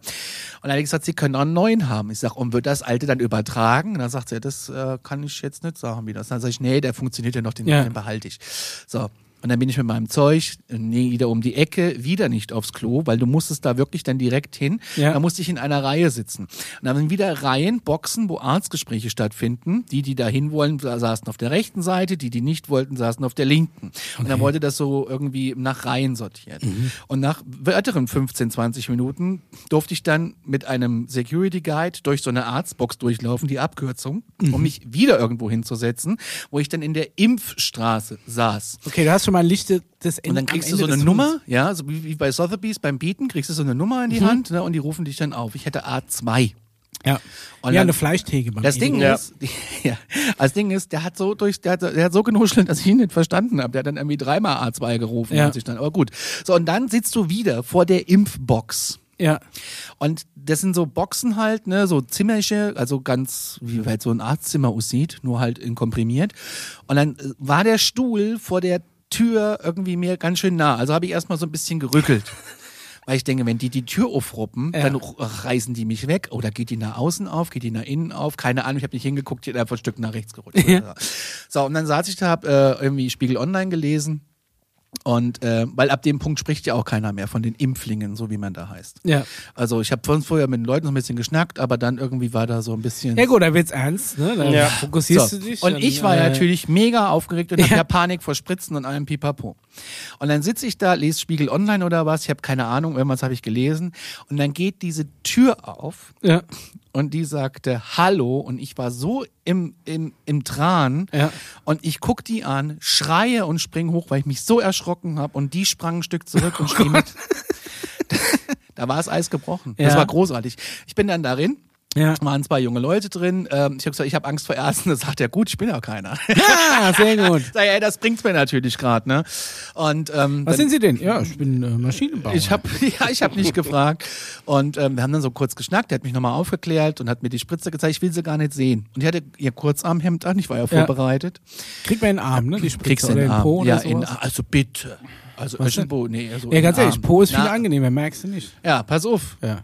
dann hat die gesagt, sie können auch einen neuen haben. Ich sage, und wird das alte dann übertragen? Und dann sagt sie, ja, das äh, kann ich jetzt nicht sagen, wie das. Dann sage ich, nee, der funktioniert ja noch, den,
Ja.
den behalte ich. So. Und dann bin ich mit meinem Zeug wieder um die Ecke, wieder nicht aufs Klo, weil du musstest da wirklich dann direkt hin.
Ja.
Da musste ich in einer Reihe sitzen. Und dann sind wieder Reihen, Boxen, wo Arztgespräche stattfinden. Die, die da hin wollen, sa- saßen auf der rechten Seite, die, die nicht wollten, saßen auf der linken. Und dann wurde das so irgendwie nach Reihen sortiert. Und nach weiteren 15, 20 Minuten durfte ich dann mit einem Security Guide durch so eine Arztbox durchlaufen, die Abkürzung, um mich wieder irgendwo hinzusetzen, wo ich dann in der Impfstraße saß.
Okay, du hast schon mal ein Licht des Ende-
Und dann
am
kriegst du
Ende
so eine
des
Nummer, ja, so wie, wie bei Sotheby's beim Beten, kriegst du so eine Nummer
Mhm.
in die Hand ne, und die rufen dich dann auf. Ich hätte A2.
Tunnels. Ja, ja
Und dann-
eine Fleischtheke. beim
Das
Essen.
Ding
Ja.
ist, ja, das Ding ist, der hat so durch, der hat, so- der hat so genuschelt, dass ich ihn nicht verstanden habe. Der hat dann irgendwie dreimal A2 gerufen,
Ja.
hat sich dann, aber gut. So, und dann sitzt du wieder vor der Impfbox.
Ja.
Und das sind so Boxen halt, ne, so Zimmerchen, also ganz, wie halt so ein Arztzimmer aussieht, nur halt in komprimiert. Und dann äh, war der Stuhl vor der Tür irgendwie mir ganz schön nah. Also habe ich erstmal so ein bisschen gerückelt. Weil ich denke, wenn die die Tür aufruppen, dann r- reißen die mich weg. Oder geht die nach außen auf, geht die nach innen auf? Keine Ahnung, ich habe nicht hingeguckt, die hat einfach ein Stück nach rechts gerutscht. So, und dann saß ich da, habe äh, irgendwie Spiegel Online gelesen. Und äh, weil ab dem Punkt spricht ja auch keiner mehr von den Impflingen, so wie man da heißt.
Ja.
Also ich habe sonst vorher mit den Leuten so ein bisschen geschnackt, aber dann irgendwie war da so ein bisschen.
ja gut, da wird's ernst. Ne? Da
Ja.
fokussierst
so.
du dich.
und
dann,
ich war
äh,
natürlich mega aufgeregt und hatte ja Panik vor Spritzen und allem Pipapo. Und dann sitze ich da, lese Spiegel Online oder was, ich habe keine Ahnung, irgendwas habe ich gelesen. Und dann geht diese Tür auf
Ja.
und die sagte Hallo und ich war so im, im, im Tran
Ja.
und ich guck die an, schreie und spring hoch, weil ich mich so erschrocken habe und die sprang ein Stück zurück
Oh
und schrie mit. Da war das Eis gebrochen. Das
Ja.
war großartig. Ich bin dann darin.
Ja.
Es waren zwei junge Leute drin. Ähm, ich habe gesagt, ich habe Angst vor Ärzten. Da sagt er, gut, ich bin ja keiner.
ja, sehr gut.
Sag, ich, ey, das bringt's mir natürlich gerade. Ne? Und ähm,
Was sind
dann-
Sie denn? Ja, ich bin äh, Maschinenbauer.
ich habe ja, ich habe nicht gefragt und ähm, wir haben dann so kurz geschnackt. Der hat mich nochmal aufgeklärt und hat mir die Spritze gezeigt. Ich will sie gar nicht sehen. Und ich hatte ihr Kurzarmhemd an. Ich war ja vorbereitet.
Kriegt man in den Arm, ne? Die Spritze
Kriegst du
oder
in den Arm?
Po
ja,
oder
in,
sowas.
also bitte. Also irgendwo, nee, also
Ja,
in
ganz
den
ehrlich,
Arm.
Po ist viel
Na,
angenehmer, merkst du nicht.
Ja, pass auf.
Ja.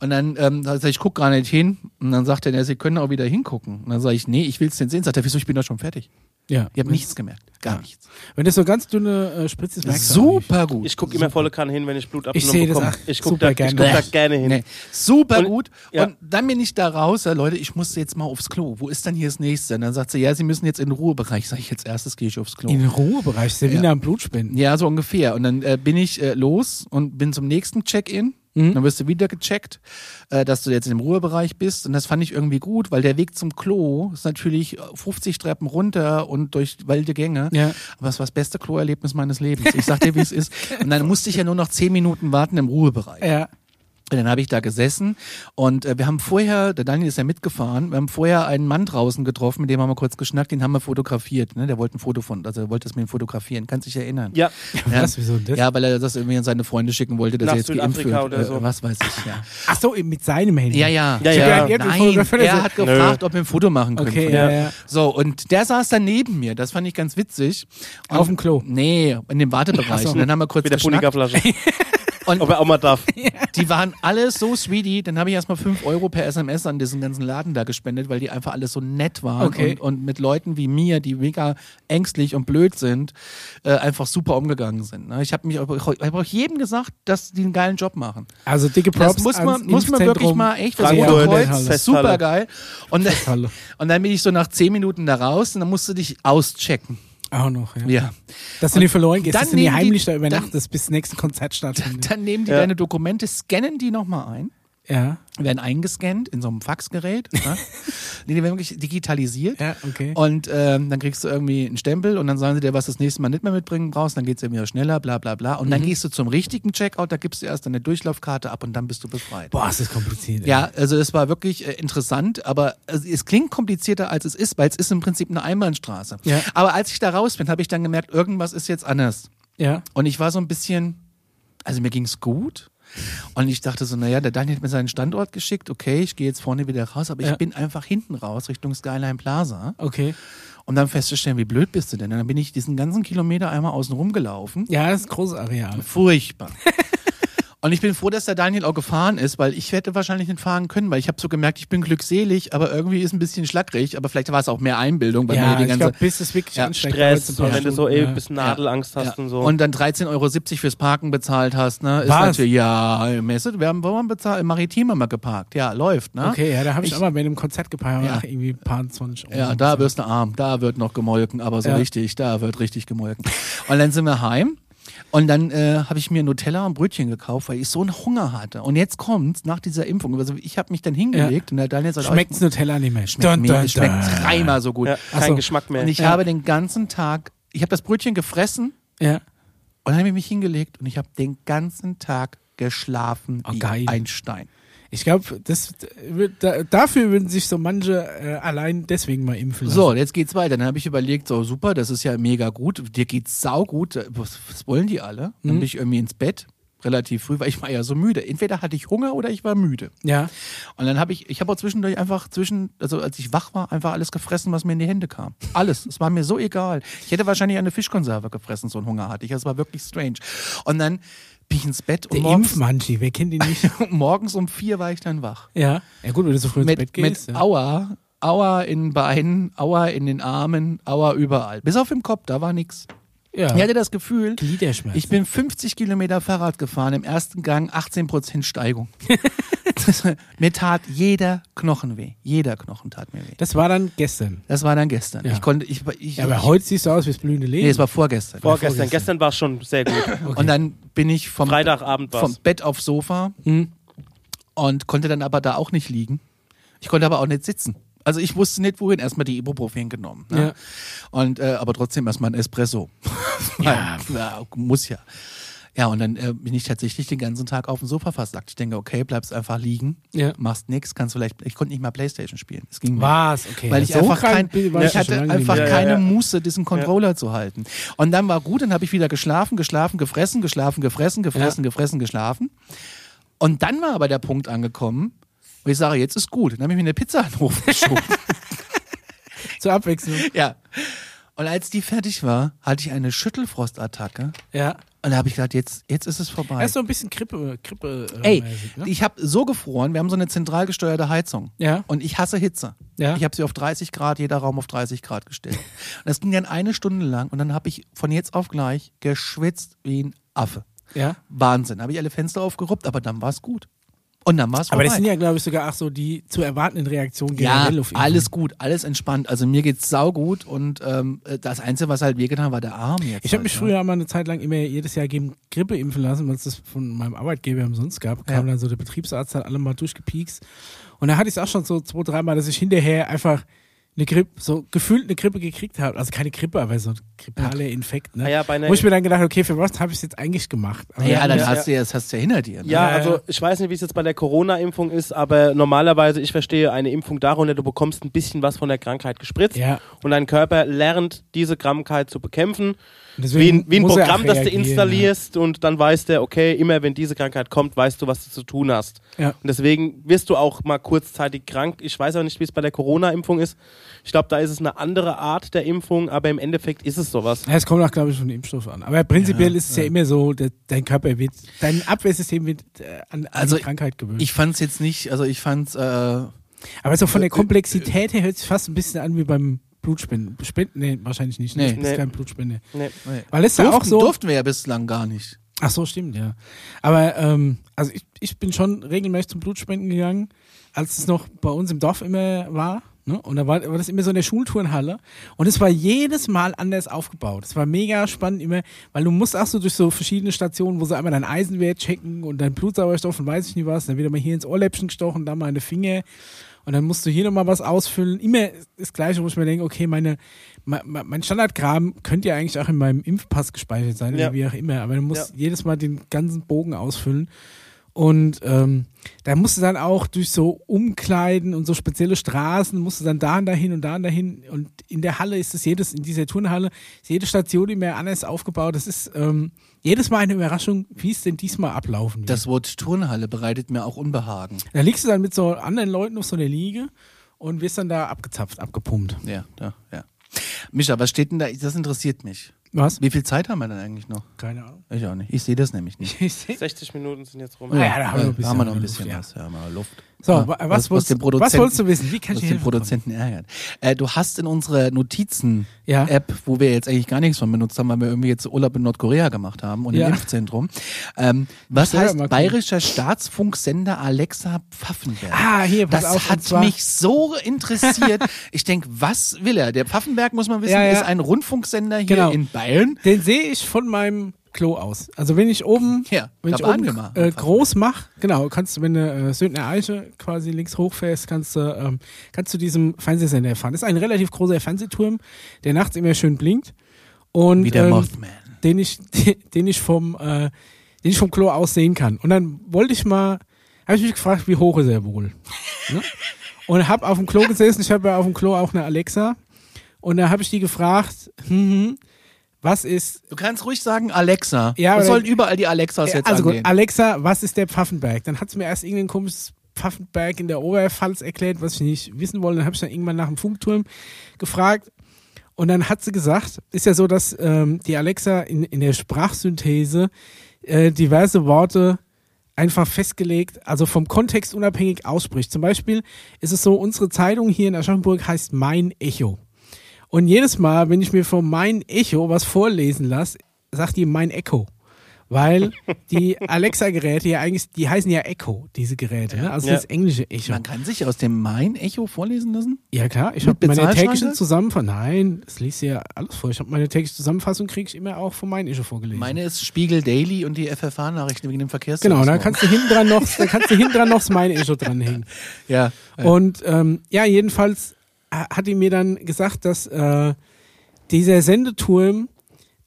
Und dann ähm, sag ich, ich guck gar nicht hin. Und dann sagt er, ja, Sie können auch wieder hingucken. Und dann sage ich, nee, ich will's nicht sehen. Sagt er, wieso, ich bin doch schon fertig.
Ja.
Ich habe nichts gemerkt. Gar nichts.
Wenn das so ganz dünne äh, Spritze ist, merkst du auch nicht.
Super gut.
Ich gucke immer volle Kanne hin, wenn ich Blut
Ich sehe das
bekomme.
auch
Ich gucke
super
da, ich guck
gerne.
da gerne hin.
Nee. Super
Und-
gut.
ja.
Und dann bin ich da raus, ja, Leute, ich muss jetzt mal aufs Klo. Wo ist dann hier das nächste? Und dann sagt sie, ja, Sie müssen jetzt in den Ruhebereich. Sag ich, jetzt erstes gehe ich aufs Klo.
In den Ruhebereich, ist ja wie
Ja.
nach einem Blutspenden.
ja, so ungefähr. Und dann äh, bin ich äh, los und bin zum nächsten Check-in. Dann wirst du wieder gecheckt, äh, dass du jetzt im Ruhebereich bist. Und das fand ich irgendwie gut, weil der Weg zum Klo ist natürlich äh, 50 Treppen runter und durch wilde Gänge.
Ja.
Aber es war das beste Kloerlebnis meines Lebens. Ich sag dir, wie es ist. Und dann musste ich ja nur noch 10 Minuten warten im Ruhebereich.
Ja.
Und dann habe ich da gesessen und äh, wir haben vorher, der Daniel ist ja mitgefahren, wir haben vorher einen Mann draußen getroffen, mit dem haben wir kurz geschnackt, den haben wir fotografiert. Ne? Der wollte ein Foto von, also er wollte es mit ihm fotografieren, kannst dich erinnern.
Ja.
Ja.
Was, wieso denn das?
Ja, weil er das irgendwie an seine Freunde schicken wollte, dass
Nach
er jetzt geimpft
Südafrika
wird.
oder so.
Äh, was weiß ich, ja.
Ach so, mit seinem Handy.
Ja, ja.
Ja,
Ja,
ja.
du
Nein,
fotografierst
er
das.
hat gefragt, ob wir ein Foto machen können.
also- Okay,
von
ja,
ihm.
ja.
So, und der saß dann neben mir. Das fand ich ganz witzig. Und
Auf dem Klo.
Nee, in dem Wartebereich. Und dann haben wir kurz
Mit der
geschnackt.
Punika-Flasche.
Und
Ob er auch mal darf.
die waren alle so sweetie. Dann habe ich erstmal 5 Euro per SMS an diesen ganzen Laden da gespendet, weil die einfach alle so nett waren
Okay.
und, und mit Leuten wie mir, die mega ängstlich und blöd sind, äh, einfach super umgegangen sind. Ne? Ich habe mich auch, ich hab auch jedem gesagt, dass die einen geilen Job machen.
Also dicke Props
Das muss man,
ans
muss man
Impfzentrum
wirklich mal echt, das
Frankfurt,
Rote
Festhalle.
Kreuz, super geil. Und, dann-
Festhalle.
und dann bin ich so nach zehn Minuten da raus und dann musst du dich auschecken.
Auch noch, ja.
Ja.
Dass du nie verloren gehst,
dann
dass du nie
nehmen die-
heimlich da
dann-
übernachtest, bis nächsten Konzert stattfindet.
Dann nehmen die
Ja.
deine Dokumente, scannen die nochmal ein.
Ja,
werden eingescannt in so einem Faxgerät. Ne? nee, die werden wirklich digitalisiert.
Ja, okay.
Und ähm, dann kriegst du irgendwie einen Stempel und dann sagen sie dir, was du das nächste Mal nicht mehr mitbringen brauchst. Dann geht's irgendwie schneller, bla bla bla.
Mhm.
Und dann gehst du zum richtigen Checkout, da gibst du erst deine Durchlaufkarte ab und dann bist du befreit.
boah, ist das kompliziert. ey.
Ja, also es war wirklich äh, interessant, aber es, es klingt komplizierter, als es ist, weil es ist im Prinzip eine Einbahnstraße.
Ja.
Aber als ich da raus bin, habe ich dann gemerkt, irgendwas ist jetzt anders.
ja.
Und ich war so ein bisschen, also mir ging's gut. Und ich dachte so, naja, der Daniel hat mir seinen Standort geschickt, okay, ich gehe jetzt vorne wieder raus, aber
Ja.
ich bin einfach hinten raus Richtung Skyline Plaza,
Okay.
um dann festzustellen, wie blöd bist du denn? Und dann bin ich diesen ganzen Kilometer einmal außen rumgelaufen.
Ja, das ist ein großes Areal.
Furchtbar. Und ich bin froh, dass der Daniel auch gefahren ist, weil ich hätte wahrscheinlich nicht fahren können, weil ich habe so gemerkt, ich bin glückselig, aber irgendwie ist ein bisschen schlackrig, aber vielleicht war es auch mehr Einbildung, weil man
Ja,
hier die
ich
ganze
glaube, bis es wirklich
Ja,
ansteigt. dauert's ein
Stress,
paar
wenn du so
Stunden,
eh
ja.
ein bisschen Nadelangst hast und so.
Und dann 13,70 Euro fürs Parken bezahlt hast, ne? Ist
Was?
natürlich, ja, Messe, wir haben wo haben wir bezahlt, im Maritim haben wir geparkt. Ja, läuft, ne?
Okay, ja, da habe ich,
Ich-
auch mal bei einem Konzert geparkt,
Ja.
ja. irgendwie ein paar und 20 Euro.
Ja, da wirst du arm, da wird noch gemolken, aber so
Ja.
richtig, da wird richtig gemolken. Und dann sind wir heim. Und dann äh, habe ich mir Nutella und Brötchen gekauft, weil ich so einen Hunger hatte. Und jetzt kommt's nach dieser Impfung. Also ich habe mich dann hingelegt und der Daniel sagt, oh, ich-
Schmeckt's Nutella nicht mehr.
schmeckt, mir, es schmeckt dreimal so gut.
ja,
Ach
kein
so.
Geschmack mehr.
Und ich
Ja.
habe den ganzen Tag, ich habe das Brötchen gefressen
Ja.
Und dann habe ich mich hingelegt und ich habe den ganzen Tag geschlafen
Oh,
wie
geil.
ein Stein.
Ich glaube, das wird- da, dafür würden sich so manche äh, allein deswegen mal impfen lassen.
So, jetzt geht's weiter. Dann habe ich überlegt, so super, das ist ja mega gut. Dir geht's saugut. Was, was wollen die alle?
Mhm.
Dann bin ich irgendwie ins Bett, relativ früh, weil ich war ja so müde. Entweder hatte ich Hunger oder ich war müde.
Ja.
Und dann habe ich, ich habe auch zwischendurch einfach zwischen, also als ich wach war, einfach alles gefressen, was mir in die Hände kam. Alles. Es war mir so egal. Ich hätte wahrscheinlich eine Fischkonserve gefressen, so einen Hunger hatte ich. Das war wirklich strange. Und dann bin ich ins Bett und
Der
morgens,
Impfmanchi, wer kennt ihn nicht?
morgens um vier war ich dann wach.
ja. Ja gut, wenn du so früh ins
mit,
Bett gehst.
mit
ja.
Aua, Aua in Beinen, Aua in den Armen, Aua überall. Bis auf im Kopf, da war nix.
ja.
Ich hatte das Gefühl,
Gliederschmerzen.
ich bin 50 Kilometer Fahrrad gefahren, im ersten Gang 18% Steigung. Das- mir tat jeder Knochen weh. Jeder Knochen tat mir weh.
das war dann gestern.
Das war dann gestern.
Ja.
Ich konnte, ich, ich,
Ja, aber
ich-
heute siehst du aus wie das blühende Leben.
nee, es war vorgestern.
vorgestern, vorgestern, gestern war es schon sehr gut.
Und dann bin ich vom,
Freitagabend war's.
vom Bett aufs Sofa
Hm.
und konnte dann aber da auch nicht liegen. Ich konnte aber auch nicht sitzen. Also ich wusste nicht, wohin. Erstmal die Ibuprofen genommen. Ne?
Ja.
Und, äh, aber trotzdem erstmal ein Espresso. ja. ja, muss ja. Ja, und dann äh, bin ich tatsächlich den ganzen Tag auf dem Sofa versackt. Ich denke, okay, bleibst einfach liegen,
Ja.
machst nichts, kannst vielleicht. Ich konnte nicht mal Playstation spielen. Es ging nicht.
Was? Okay.
Weil
ja,
ich
so
einfach,
krank
kein,
bin- war
ich
ja schon
hatte
lange
einfach
nicht mehr.
Ja,
keine
ja, ja.
Muße, diesen Controller zu halten. Und dann war gut, dann habe ich wieder geschlafen, geschlafen, gefressen, geschlafen, gefressen, gefressen, gefressen, geschlafen. Und dann war aber der Punkt angekommen, wo ich sage, jetzt ist gut. Dann habe ich mir eine Pizza in den Ofen geschoben.
Zur Abwechslung.
ja. Und als die fertig war, hatte ich eine Schüttelfrostattacke.
Ja.
Und da habe ich gedacht, jetzt, jetzt ist es vorbei.
Erst so ein bisschen Krippe. Krippe äh,
Ey,
mäßig, ne?
ich habe so gefroren, wir haben so eine zentral gesteuerte Heizung.
Ja.
Und ich hasse Hitze.
Ja.
Ich habe sie auf 30 Grad, jeder Raum auf 30 Grad gestellt. und das ging dann eine Stunde lang und dann habe ich von jetzt auf gleich geschwitzt wie ein Affe.
ja.
Wahnsinn. Habe ich alle Fenster aufgeruppt, aber dann war es gut. Und dann war es
Aber
vorbei.
das sind ja, glaube ich, sogar auch so die zu erwartenden Reaktionen
ja,
generell auf Impfungen.
alles gut, alles entspannt. Also mir geht's saugut und ähm, das Einzige, was halt wehgetan hat, war der Arm jetzt.
Ich habe
halt,
mich
ne?
früher mal eine Zeit lang immer jedes Jahr gegen Grippe impfen lassen, weil es das von meinem Arbeitgeber umsonst gab. Kam
Ja.
dann so der Betriebsarzt, hat alle mal durchgepiekst. Und da hatte ich es auch schon so zwei, dreimal, dass ich hinterher einfach eine Grippe, so gefühlt eine Grippe gekriegt habe. Also keine Grippe, aber so ein grippaler Infekt. Ne?
Ah ja, bei einer-
Wo ich mir dann gedacht okay, für was habe ich es jetzt eigentlich gemacht? Aber
Ja, dann
ja,
hast du ja, das hast du ja hinter dir. Ne?
Ja,
Ja,
also
ja.
ich weiß nicht, wie es jetzt bei der Corona-Impfung ist, aber normalerweise, ich verstehe eine Impfung darunter, du bekommst ein bisschen was von der Krankheit gespritzt
Ja.
und dein Körper lernt, diese Krankheit zu bekämpfen. Wie
deswegen
ein, wie ein
muss er
Programm,
auch
das du
reagieren,
installierst und dann weiß der, okay, immer wenn diese Krankheit kommt, weißt du, was du zu tun hast.
Ja.
Und deswegen wirst du auch mal kurzzeitig krank. Ich weiß aber nicht, wie es bei der Corona-Impfung ist. Ich glaube, da ist es eine andere Art der Impfung, aber im Endeffekt ist es sowas.
Ja, es kommt auch, glaube ich, von dem Impfstoff an. Aber prinzipiell ist es ja, immer so, der, dein Körper wird, dein Abwehrsystem wird äh, an, an
Also,
die Krankheit gewöhnt.
Ich fand's jetzt nicht, also ich fand's, äh,
aber so von der Komplexität her hört es fast ein bisschen an wie beim Blutspenden. Spenden? Nee, wahrscheinlich nicht.
Nee.
Nee. Das
Nee.
ist kein Blutspende.
Nee.
Weil es ja
durften,
auch so.
durften wir ja bislang gar nicht.
Ach so, stimmt, ja. Aber ähm, also ich, ich bin schon regelmäßig zum Blutspenden gegangen, als es noch bei uns im Dorf immer war. Ne? Und da war, war das immer so in der Schulturnhalle. Und es war jedes Mal anders aufgebaut. Es war mega spannend immer, weil du musst auch so durch so verschiedene Stationen, wo sie einmal deinen Eisenwert checken und deinen Blutsauerstoff und weiß ich nicht was. Dann wieder mal hier ins Ohrläppchen gestochen, da mal in die Finger. Und dann musst du hier nochmal was ausfüllen. Immer das Gleiche, wo ich mir denke, okay, meine, mein, mein Standardkram könnte ja eigentlich auch in meinem Impfpass gespeichert sein,
Ja.
oder wie auch immer. Aber du musst
Ja.
jedes Mal den ganzen Bogen ausfüllen. Und ähm, da musst du dann auch durch so Umkleiden und so spezielle Straßen, musst du dann da und dahin und da und dahin. Und in der Halle ist es jedes, in dieser Turnhalle, ist jede Station immer anders aufgebaut. Das ist ähm, jedes Mal eine Überraschung, wie es denn diesmal ablaufen wird.
Das Wort Turnhalle bereitet mir auch Unbehagen.
Da liegst du dann mit so anderen Leuten auf so einer Liege und wirst dann da abgezapft, abgepumpt.
Ja, ja, ja. Micha, was steht denn da? Das interessiert mich.
Was?
Wie viel Zeit haben wir denn eigentlich noch?
Keine Ahnung.
Ich auch nicht. Ich sehe das nämlich nicht.
Ich seh-
60 Minuten sind jetzt rum.
Ah ja, da haben wir noch ein
Äh,
bisschen
haben wir noch ein
Luft,
bisschen
ja.
was. Ja, haben wir noch Luft.
So,
Ja,
wa- was, wolltest,
den
was
Produzenten-
wolltest du wissen? Wie kann ich
was
dir
den
helfen?
Produzenten ärgert. Äh, du hast in unserer
Ja.
Notizen-App, wo wir jetzt eigentlich gar nichts von benutzt haben, weil wir irgendwie jetzt Urlaub in Nordkorea gemacht haben und
Ja.
im Impfzentrum. Ähm, was
selber mal
heißt
gucken.
bayerischer Staatsfunksender Alexa Pfaffenberg?
Ah, hier, pass
das
auf, und
hat
zwar-
mich so interessiert. ich denke, was will er? Der Pfaffenberg, muss man wissen,
Ja, ja.
ist ein Rundfunksender hier
Genau.
in Bayern.
Den sehe ich von meinem Klo aus. Also wenn ich oben,
Ja,
wenn
da
ich
waren
oben
wir mal.
äh, groß mache, genau, kannst du, wenn du äh, Södner Eiche quasi links hochfährst, kannst du, ähm, kannst du diesem Fernsehsender fahren. Das ist ein relativ großer Fernsehturm, der nachts immer schön blinkt. Und,
Wie der
ähm,
Mothman.
den ich, den ich vom, äh, den ich vom Klo aus sehen kann. Und dann wollte ich mal, habe ich mich gefragt, wie hoch ist er wohl? ne? Und habe auf dem Klo gesessen, ich habe ja auf dem Klo auch eine Alexa. Und da habe ich die gefragt, hm, hm, was ist,
Du kannst ruhig sagen, Alexa.
Ja,
Es
aber-
sollen überall die Alexas jetzt
also
angehen.
gut, Alexa, was ist der Pfaffenberg? Dann hat es mir erst irgendein komisches Pfaffenberg in der Oberpfalz erklärt, was ich nicht wissen wollte. Dann habe ich dann irgendwann nach dem Funkturm gefragt. Und dann hat sie gesagt, ist ja so, dass ähm, die Alexa in, in der Sprachsynthese äh, diverse Worte einfach festgelegt, also vom Kontext unabhängig ausspricht. Zum Beispiel ist es so, unsere Zeitung hier in Aschaffenburg heißt Mein Echo. Und jedes Mal, wenn ich mir von Mein Echo was vorlesen lasse, sagt die Mein Echo. Weil die Alexa-Geräte ja eigentlich, die heißen ja Echo, diese Geräte, ne? also
Ja.
das englische Echo.
Man kann sich aus dem Main-Echo vorlesen lassen?
Ja klar, ich
Mit
habe meine
Bezahlschranke?
tägliche Zusammenfassung, nein, das liest ihr ja alles vor, ich habe meine tägliche Zusammenfassung, kriege ich immer auch von meinen Echo vorgelesen.
Meine ist Spiegel Daily und die FFH-Nachrichten wegen dem Verkehrsdienst.
genau, da kannst du hinten dran noch, da kannst du hinten dran noch das Mein Echo dranhängen.
Ja.
Und ähm, ja, jedenfalls ha- hat die mir dann gesagt, dass äh, dieser Sendeturm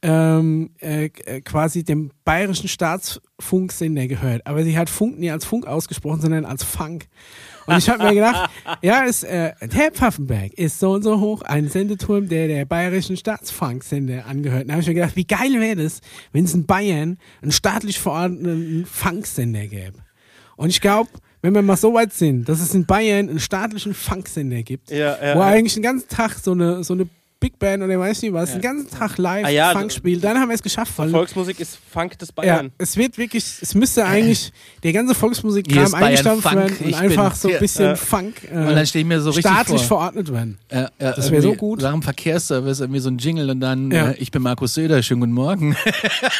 ähm, äh, äh, quasi dem bayerischen Staatsfunksender gehört. Aber sie hat Funk nie als Funk ausgesprochen, sondern als Funk. Und ich habe mir gedacht, ja, ist, äh, der Pfaffenberg ist so und so hoch, ein Sendeturm, der der bayerischen Staatsfunksender angehört. Da habe ich mir gedacht, wie geil wäre das, wenn es in Bayern einen staatlich verordneten Funksender gäbe. Und ich glaube, wenn wir mal so weit sind, dass es in Bayern einen staatlichen Funksender gibt,
Ja, ja,
wo
ja.
eigentlich den ganzen Tag so eine, so eine Big Band oder weiß nicht was, den ganzen Tag live
Ah ja,
Funk spielt, dann haben wir es geschafft. Weil,
Volksmusik ist Funk des
ja,
Bayern.
es wird wirklich, es müsste eigentlich der ganze
Hier
Volksmusikkram
ist Bayern
eingestampft
Funk,
werden und
ich
einfach
bin-
so ein
Ja,
bisschen
äh,
Funk äh,
Und dann stehe ich mir so richtig
staatlich
vor.
verordnet werden.
Äh, äh,
Das wäre so
irgendwie
gut.
Nach dem Verkehrsservice irgendwie so ein Jingle und dann,
Ja.
äh, ich bin Markus Söder, schönen guten Morgen.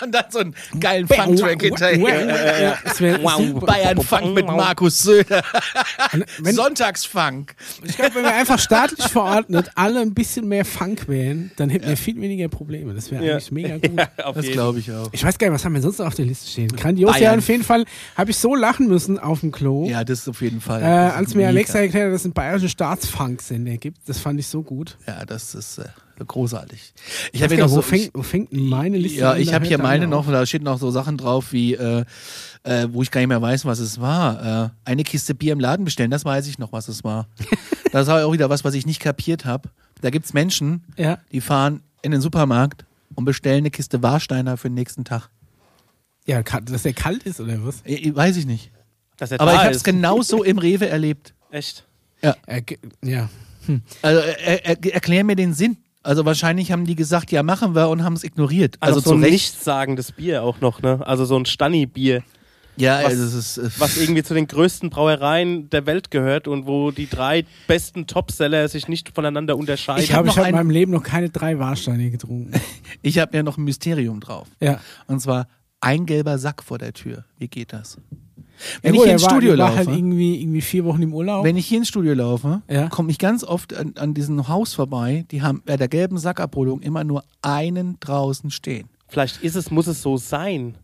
und dann so einen geilen Funk-Track hinterher.
Ja, es wär super.
Bayern-Funk mit Markus Söder.
Wenn-
Sonntagsfunk.
Ich glaube, wenn wir einfach staatlich verordnet alle ein bisschen mehr Funk anquälen, dann hätten wir viel weniger Probleme. Das wäre
Ja.
eigentlich mega gut.
Ja, auf
Das
jeden.
glaube ich auch.
Ich weiß gar nicht, was haben wir sonst noch auf der Liste stehen? Grandios, ja,
Bayern.
auf jeden Fall habe ich so lachen müssen auf dem Klo.
Ja, das auf jeden Fall.
Äh,
Das ist
als mir
mega.
Alexa erklärt hat, dass es einen bayerischen Staatsfunksender gibt, das fand ich so gut.
Ja, das ist äh, großartig. Ich
Ich
habe
weiß
hier
gar nicht,
noch
wo,
so.
fängt, wo fängt denn meine
ich,
Liste
ja,
an?
ich
Da
habe
hört
hier
dann
meine
auf.
noch, da steht noch so Sachen drauf wie, äh, äh, wo ich gar nicht mehr weiß, was es war. Äh, eine Kiste Bier im Laden bestellen, das weiß ich noch, was es war. das war auch wieder was, was ich nicht kapiert habe. Da gibt es Menschen,
Ja.
die fahren in den Supermarkt und bestellen eine Kiste Warsteiner für den nächsten Tag.
Ja, ka- dass der kalt ist oder was?
Äh, äh, weiß ich nicht.
Dass er
Aber
da
ich habe es
ist.
genauso im Rewe erlebt.
Echt.
Äh, ge- ja.
Also er, er, erklär mir den Sinn. Also wahrscheinlich haben die gesagt, ja, machen wir und haben es ignoriert.
Also,
Also,
so ein
zu Recht.
nichtssagendes Bier auch noch, ne? Also so ein Stanni-Bier,
Ja,
was-
also es ist äh,
was irgendwie zu den größten Brauereien der Welt gehört und wo die drei besten Topseller sich nicht voneinander unterscheiden.
Ich habe
noch
ich hab in
einen-
meinem Leben noch keine drei Warsteine getrunken.
Ich habe ja noch ein Mysterium drauf.
ja.
Und zwar ein gelber Sack vor der Tür. Wie geht das?
Ja,
Wenn
gut,
ich hier
er
ins
war-
Studio
er war
laufe,
halt irgendwie, irgendwie vier Wochen im Urlaub.
wenn ich hier ins Studio laufe,
Ja.
komme ich ganz oft an, an diesem Haus vorbei. Die haben bei der gelben Sackabholung immer nur einen draußen stehen.
Vielleicht ist es, muss es so sein.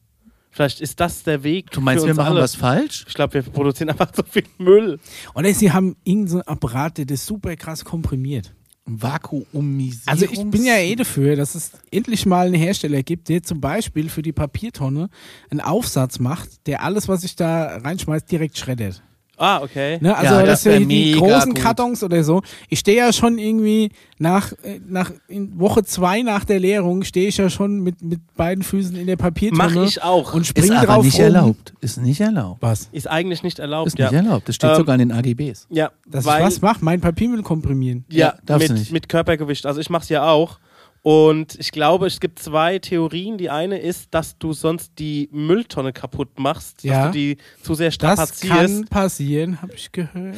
Vielleicht ist das der Weg.
Du meinst,
für
wir
uns
machen
alle.
was falsch?
Ich glaube, wir produzieren einfach so viel Müll.
Oder sie haben irgendeinen so einen Apparat, der das super krass komprimiert.
Vakuumisierung.
Also ich bin ja eh dafür, dass es endlich mal einen Hersteller gibt, der zum Beispiel für die Papiertonne einen Aufsatz macht, der alles, was ich da reinschmeißt, direkt schreddert.
Ah, okay.
Ne? Also
Ja,
das
das
sind
wär
die
mega
großen
gut.
Kartons oder so. Ich stehe ja schon irgendwie nach, äh, nach in Woche zwei nach der Lehrung stehe ich ja schon mit, mit beiden Füßen in der Papiertonne.
Mach ich auch.
Und
Ist
springe
aber
drauf um.
nicht
rum.
erlaubt. Ist nicht erlaubt.
Was?
Ist eigentlich nicht erlaubt,
Ist
ja.
nicht erlaubt. Das steht
Ähm,
sogar in den AGBs.
Ja,
Dass
weil,
ich was mache? Mein Papiermüll komprimieren.
Ja,
Ja, darfst
mit,
du nicht.
mit Körpergewicht. Also ich mache es ja auch. Und ich glaube, es gibt zwei Theorien. Die eine ist, dass du sonst die Mülltonne kaputt machst,
Ja.
dass du die zu sehr
Das
strapazierst.
kann passieren, habe ich gehört.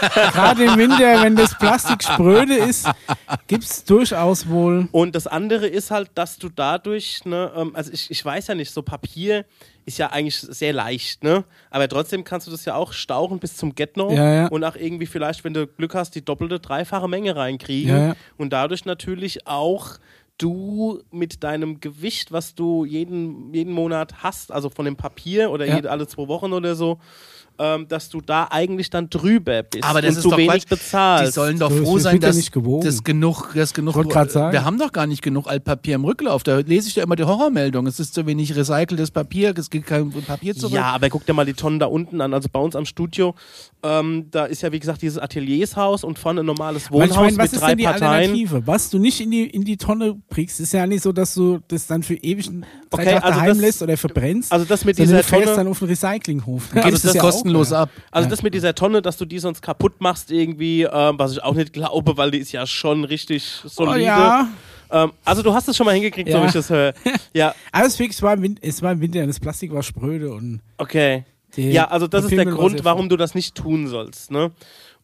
Gerade im Winter, wenn das Plastik spröde ist, gibt es durchaus wohl.
Mhm.
Und das andere ist halt, dass du dadurch, ne, ähm, also ich, ich weiß ja nicht, so Papier ist ja eigentlich sehr leicht, ne? Aber trotzdem kannst du das ja auch stauchen bis zum Get-No
Ja, ja.
und auch irgendwie vielleicht, wenn du Glück hast, die doppelte, dreifache Menge reinkriegen.
Ja, ja.
Und dadurch natürlich auch du mit deinem Gewicht, was du jeden, jeden Monat hast, also von dem Papier oder
Ja.
jede, alle zwei Wochen oder so, ähm, dass du da eigentlich dann drüber bist
Aber das
und
ist
zu
doch
wenig
Quatsch.
bezahlst.
Die sollen doch
Das
froh
wird
sein,
ja
dass
nicht gewogen.
das genug, das genug.
Wollte grad sagen.
Wir haben doch gar nicht genug Altpapier im Rücklauf. Da lese ich ja immer die Horrormeldung. Es ist zu wenig recyceltes Papier. Es gibt kein Papier zurück. Also
Ja, aber guck dir mal die Tonnen da unten an. Also bei uns am Studio, ähm, da ist ja wie gesagt dieses Ateliershaus und vorne ein normales
Weil
Wohnhaus
ich meine, was
mit
ist
drei
denn die
Parteien.
Alternative? Was du nicht in die, in die Tonne kriegst, ist ja nicht so, dass du das dann für ewig einen
Okay,
Zeitraum
also
daheim
das-
lässt oder verbrennst.
Also das mit
sondern
dieser
du fährst
Tonne,
dann auf den Recyclinghof.
Du
Gibt's
gibst das
ja auch,
kostenlos
ja.
ab.
also das mit dieser Tonne, dass du die sonst kaputt machst irgendwie, ähm, was ich auch nicht glaube, weil die ist ja schon richtig
Oh,
solide.
ja,
ähm, also du hast es schon mal hingekriegt, so
Ja.
wie ich das höre. Ja,
aber Also es, wirklich, es, war im Win- es war im Winter, das Plastik war spröde und
okay.
die
Ja, also das ist der
Papiermüll war sehr
Grund, warum du das nicht tun sollst. Ne?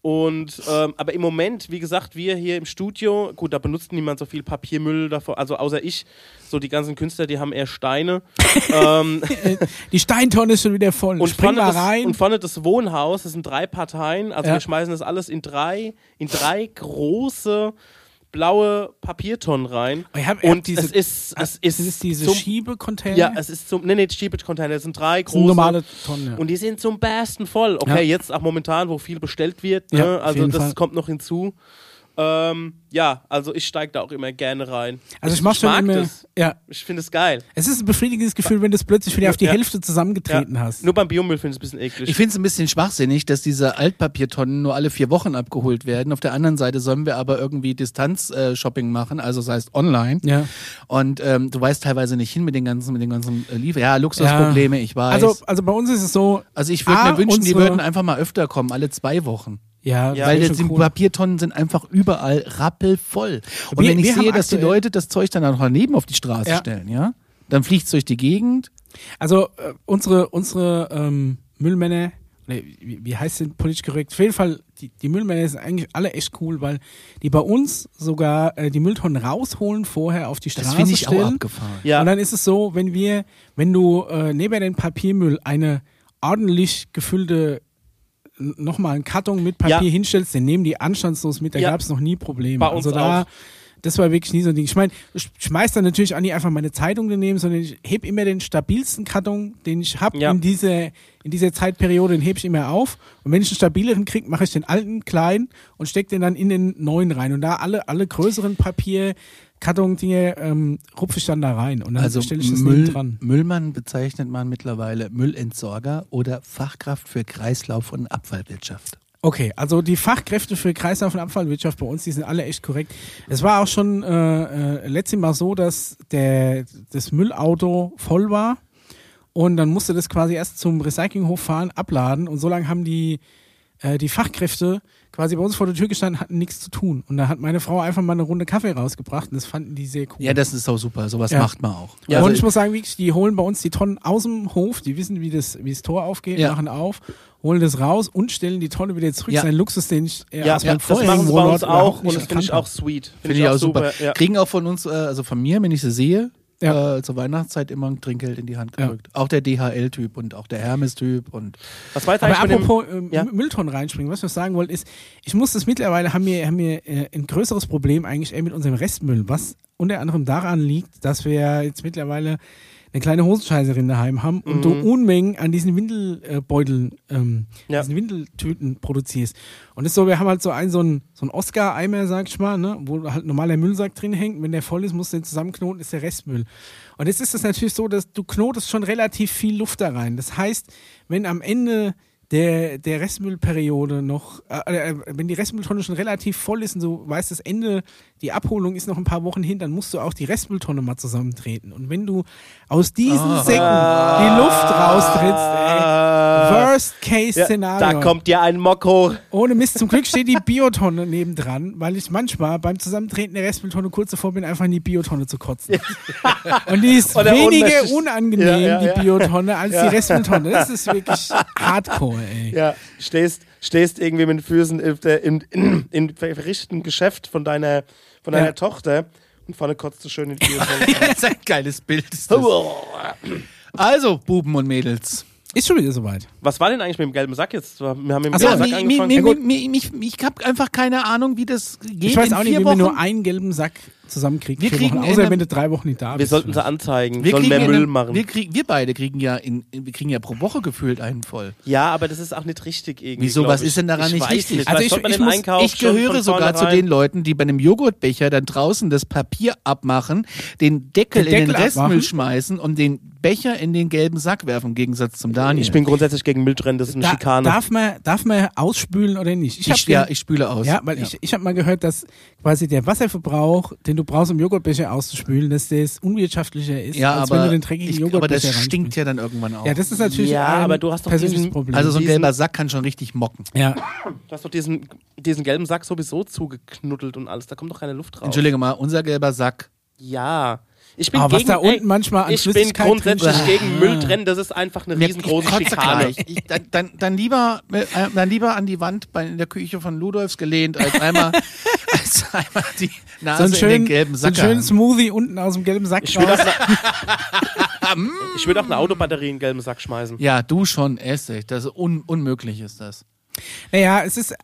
Und ähm, aber im Moment, wie gesagt, wir hier im Studio, gut, da benutzt niemand so viel Papiermüll davor, also außer ich. So die ganzen Künstler, die haben eher Steine. ähm,
voll. Die Steintonne ist schon wieder voll.
und,
Spring
vorne
mal
das,
rein.
und vorne das Wohnhaus, das sind drei Parteien. Also
Ja.
wir schmeißen das alles in drei, in drei große blaue Papiertonnen rein.
Ich hab- ich hab
und
diese- Ah,
es ist, es ist,
das ist diese
zum,
Schiebecontainer.
ja, es ist zum, nee, nee, Schiebetcontainer, es sind drei
Das sind
große.
normale Tonne.
Und die sind zum besten voll. Okay,
Ja.
jetzt auch momentan, wo viel bestellt wird. Ne?
Ja, auf
also
jeden
das
Fall.
kommt noch hinzu. Ähm, ja, also ich steige da auch immer gerne rein.
also ich mach
ich
schon
mag
immer.
das.
Ja,
Ich finde es geil.
es ist ein befriedigendes Gefühl, wenn du es plötzlich wieder auf die
Ja.
Hälfte
Ja.
zusammengetreten hast.
Nur beim Biomüll finde ich es ein bisschen eklig.
Ich finde es ein bisschen schwachsinnig, dass diese Altpapiertonnen nur alle vier Wochen abgeholt werden. Auf der anderen Seite sollen wir aber irgendwie Distanz-Shopping machen, also das heißt online.
Ja.
Und ähm, du weißt teilweise nicht hin mit den ganzen, mit den ganzen äh, Liefer. Ja, Luxusprobleme, ich weiß.
Also, also bei uns ist es so.
also ich würde
A,
mir wünschen, die
unsere-
würden einfach mal öfter kommen, alle zwei Wochen.
Ja,
Ja,
das
Weil
ist
jetzt die
schon cool.
Papiertonnen sind einfach überall rappelvoll. Und
Wir-
wenn ich
wir haben
sehe, dass die
aktuell-
Leute das Zeug dann auch daneben auf die Straße
Ja.
stellen, ja, dann fliegt es durch die Gegend.
Also äh, unsere, unsere ähm, Müllmänner, nee, wie, wie heißt denn politisch korrekt? Auf jeden Fall, die, die Müllmänner sind eigentlich alle echt cool, weil die bei uns sogar äh, die Mülltonnen rausholen, vorher auf die
Das
Straße
finde ich
stellen.
auch abgefahren.
ja.
Und dann ist es so, wenn wir, wenn du äh, neben den Papiermüll eine ordentlich gefüllte nochmal einen Karton mit Papier
Ja.
hinstellst, den nehmen die anstandslos mit, da
Ja.
gab es noch nie Probleme.
Bei uns
also da,
auch.
das war wirklich nie so ein Ding. Ich meine, ich schmeiß dann natürlich auch nicht einfach meine Zeitung daneben, sondern ich heb immer den stabilsten Karton, den ich habe
Ja.
in, diese, in dieser Zeitperiode, den heb ich immer auf. Und wenn ich einen stabileren kriege, mache ich den alten klein und stecke den dann in den neuen rein. Und da alle, alle größeren Papier, Karton-Dinge ähm, rupfe ich dann da rein. Und dann
Also
stelle ich das
Müll,
neben dran.
Müllmann bezeichnet man mittlerweile Müllentsorger oder Fachkraft für Kreislauf- und Abfallwirtschaft.
Okay, also die Fachkräfte für Kreislauf- und Abfallwirtschaft bei uns, die sind alle echt korrekt. Es war auch schon äh, äh, letztes Mal so, dass der, das Müllauto voll war und dann musste das quasi erst zum Recyclinghof fahren, abladen und so lange haben die, äh, die Fachkräfte quasi bei uns vor der Tür gestanden, hatten nichts zu tun. Und da hat meine Frau einfach mal eine Runde Kaffee rausgebracht und das fanden die sehr cool.
Ja, das ist auch super. Sowas
Ja.
macht man auch.
Ja, und ich
also,
muss sagen, wirklich, die holen bei uns die Tonnen aus dem Hof, die wissen, wie das, wie das Tor aufgeht,
Ja.
machen auf, holen das raus und stellen die Tonne wieder zurück.
Ja.
Das ist ein Luxus, den ich äh,
Ja,
aus meinem
ja, das
Das
vorherigen
machen sie bei
Wohnort
uns
überhaupt
auch
nicht
und das finde
erkannt
ich auch
habe.
sweet. Finde
finde ich auch super.
Ja.
Kriegen auch von uns, äh, also von mir, wenn ich sie sehe,
Ja.
äh, zur Weihnachtszeit immer ein Trinkgeld in die Hand
Ja.
gedrückt. Auch der DHL-Typ und auch der Hermes-Typ und
Was war jetzt
Aber
eigentlich mit dem-
apropos ähm,
Ja.
Mülltonnen reinspringen, was ich noch sagen wollte, ist, ich muss das mittlerweile, haben wir, haben wir äh, ein größeres Problem eigentlich eher mit unserem Restmüll, was unter anderem daran liegt, dass wir jetzt mittlerweile eine kleine Hosenscheißerin daheim haben und du Unmengen an diesen Windelbeuteln, ähm,
Mhm. Ja.
diesen Windeltüten produzierst. Und das ist so, wir haben halt so einen, so einen, so einen Oscar-Eimer, sag ich mal, ne, wo halt normaler Müllsack drin hängt. Wenn der voll ist, musst du den zusammenknoten, ist der Restmüll. Und jetzt ist es natürlich so, dass du knotest schon relativ viel Luft da rein. Das heißt, wenn am Ende der, der Restmüllperiode noch, äh, äh, wenn die Restmülltonne schon relativ voll ist und du weißt, das Ende, die Abholung ist noch ein paar Wochen hin, dann musst du auch die Restmülltonne mal zusammentreten. Und wenn du aus diesen Säcken die Luft raustrittst, ey,
Ah.
worst case
Ja,
Szenario.
da kommt dir ein Mock hoch.
Ohne Mist, zum Glück steht die Biotonne nebendran, weil ich manchmal beim Zusammentreten der Restmülltonne kurz davor bin, einfach in die Biotonne zu kotzen. Und die ist
Oder
weniger
unnötig.
unangenehm,
Ja, ja, ja.
die Biotonne, als die Restmülltonne. Das ist wirklich hardcore, ey.
Ja, stehst, stehst irgendwie mit den Füßen in, der- in, in, in verrichten Geschäft von deiner, von deiner
Ja.
Tochter und vorne kotzt du schön in die Tür.
das ist ein geiles Bild. Ist das. Also, Buben und Mädels.
Ist schon wieder soweit.
Was war denn eigentlich mit dem gelben Sack jetzt? Wir haben mit dem
Ach so,
gelben
Also,
Sack
mi, mi,
angefangen.
mi,
Ja, gut.
mi, mi, mi, ich habe einfach keine Ahnung, wie das geht.
Ich weiß
in
auch
vier
nicht, wie wir
Wochen.
nur einen gelben Sack zusammenkriegen.
Wir
vier
kriegen
Wochen,
in
außer
einem-
wenn du drei Wochen nicht da bist.
wir sollten sie
vielleicht.
anzeigen.
wir
Wir sollen
kriegen
mehr
ja
Müll
ne-
machen.
Wir, krieg, wir beide kriegen ja, in, wir kriegen ja pro Woche gefühlt einen voll.
ja, aber das ist auch nicht richtig irgendwie.
Wieso,
glaub
was
ich.
ist denn daran
ich
nicht
weiß
richtig?
Nicht.
Also
Also
ich-
ich,
ich
den
muss-
Einkauf
ich
schon
gehöre
von
sogar zu
vornherein-
den Leuten, die bei einem Joghurtbecher dann draußen das Papier abmachen, den Deckel,
Den
in den
Deckel
Restmüll
abmachen?
schmeißen und den Becher in den gelben Sack werfen, im Gegensatz zum Daniel.
Ich bin grundsätzlich gegen Mülltrennen, das ist eine
Da,
Schikane.
darf, man, darf man ausspülen oder nicht?
ich,
hab
ja,
den-
ich spüle aus.
Ja, weil ich, ich habe mal gehört, dass quasi der Wasserverbrauch, den du brauchst, um Joghurtbecher auszuspülen, dass das unwirtschaftlicher ist,
ja
als
aber,
wenn du den dreckigen
ich, aber
Joghurtbecher
das stinkt ja dann irgendwann auch.
Ja, das ist natürlich
Ja,
ein
aber du hast doch
persönliches
diesen-
Problem.
also so ein
diesen-
gelber Sack kann schon richtig mocken.
ja.
Du hast doch diesen, diesen gelben Sack sowieso zugeknuddelt und alles. Da kommt doch keine Luft raus.
Entschuldige mal, unser gelber Sack.
Ja. Ich bin
Aber was
gegen,
da unten manchmal an
ich bin
Flüssigkeit drin
grundsätzlich
ist.
gegen Mülltrennen, das ist einfach eine
Mir-
riesengroße
ich kotze
Schikane.
gleich. Ich, dann, dann, dann, lieber, äh, dann lieber an die Wand bei, in der Küche von Ludolfs gelehnt, als einmal, als einmal die
so
Nase
einen
in den
schönen,
gelben
so einen
Sack.
schönen
haben.
Smoothie unten aus dem gelben Sack
Ich würde
raus.
auch, ne, ich würd auch eine Autobatterie in den gelben Sack schmeißen.
Ja, du schon, Essig. Das ist un unmöglich ist das.
Naja, es ist. äh,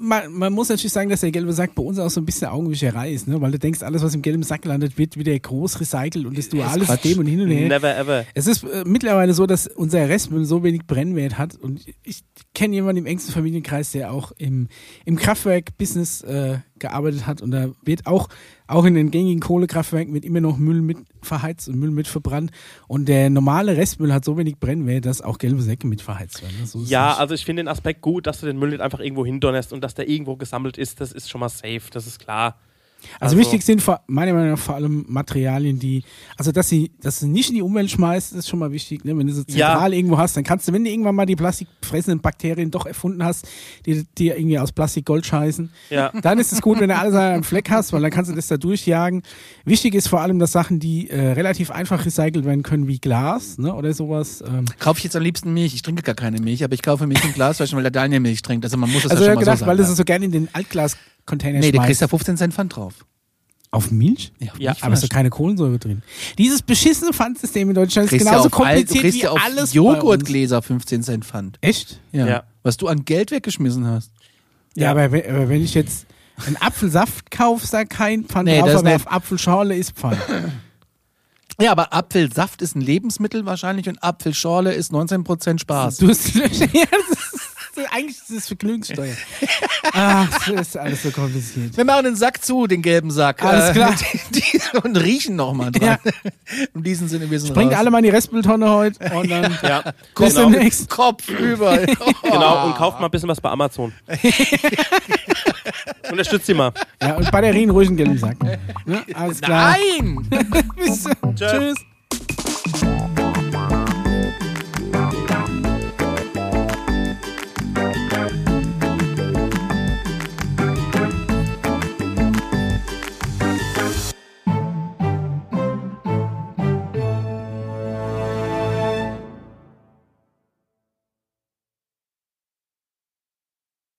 Man, man muss natürlich sagen, dass der gelbe Sack bei uns auch so ein bisschen Augenwischerei ist, ne? weil du denkst, alles, was im gelben Sack landet, wird wieder groß recycelt und
Äh,
das duale
Quatsch.
System und hin und her.
Never ever.
Es ist äh, mittlerweile so, dass unser Restmüll so wenig Brennwert hat. Und ich kenne jemanden im engsten Familienkreis, der auch im, im Kraftwerk-Business äh, gearbeitet hat. Und da wird auch, auch in den gängigen Kohlekraftwerken wird immer noch Müll mit verheizt und Müll mit verbrannt. Und der normale Restmüll hat so wenig Brennwert, dass auch gelbe Säcke mit verheizt werden. ne? So ist
Ja,
es nicht.
also ich finde den Aspekt gut, dass du den Müll nicht einfach irgendwo hindonnerst und dass der irgendwo gesammelt ist, das ist schon mal safe, das ist klar.
also, wichtig sind vor, meiner Meinung nach vor allem Materialien, die, also dass sie, dass sie nicht in die Umwelt schmeißt, ist schon mal wichtig. Ne? Wenn du sie
Ja.
zentral irgendwo hast, dann kannst du, wenn du irgendwann mal die plastikfressenden Bakterien doch erfunden hast, die dir irgendwie aus Plastik Gold scheißen,
Ja.
dann ist es gut, wenn du alles an einem Fleck hast, weil dann kannst du das da durchjagen. Wichtig ist vor allem, dass Sachen, die äh, relativ einfach recycelt werden können, wie Glas ne? oder sowas. Ähm,
Kaufe ich jetzt am liebsten Milch. Ich trinke gar keine Milch, aber ich kaufe Milch im Glasflaschen, weil der Daniel Milch trinkt. Also man muss das
also ich
ja
habe
schon mal
gedacht,
so
weil
sagen.
du sie so gerne in den Altglas-Container
nee, du kriegst
schmeißt.
da 15 Cent Pfand drauf.
Auf Milch?
Ja,
Aber es ist doch keine Kohlensäure drin. Dieses beschissene Pfandsystem in Deutschland ist
kriegst ja
genauso
auf, alt, du
kompliziert
kriegst
wie
ja auf
alles Bei uns.
Joghurtgläser 15 Cent Pfand.
Echt?
Ja.
Ja.
Was du an Geld weggeschmissen hast.
Ja,
Ja.
Aber, we- aber wenn ich jetzt Ein Apfelsaftkauf sagt kein Pfand
Nee,
drauf,
das
aber
nicht.
auf Apfelschorle ist Pfand.
Ja, aber Apfelsaft ist ein Lebensmittel wahrscheinlich und Apfelschorle ist 19% Spaß.
Du hast, ja, das ist, eigentlich ist es Vergnügungssteuer. Ach, das ist alles so kompliziert.
Wir machen den Sack zu, den gelben Sack. Äh,
Alles klar.
die- die- und riechen nochmal dran. In diesem Sinne, wir sind
Bringt
raus.
alle mal in die Restmülltonne heute und dann
Ja,
bis
genau.
demnächst.
Kopf über.
Genau, und kauft mal ein bisschen was bei Amazon. Unterstützt die mal.
Ja, und Batterien ruhig in gelben Sack. Ne? Alles klar.
Nein!
Bis,
Tschö.
tschüss.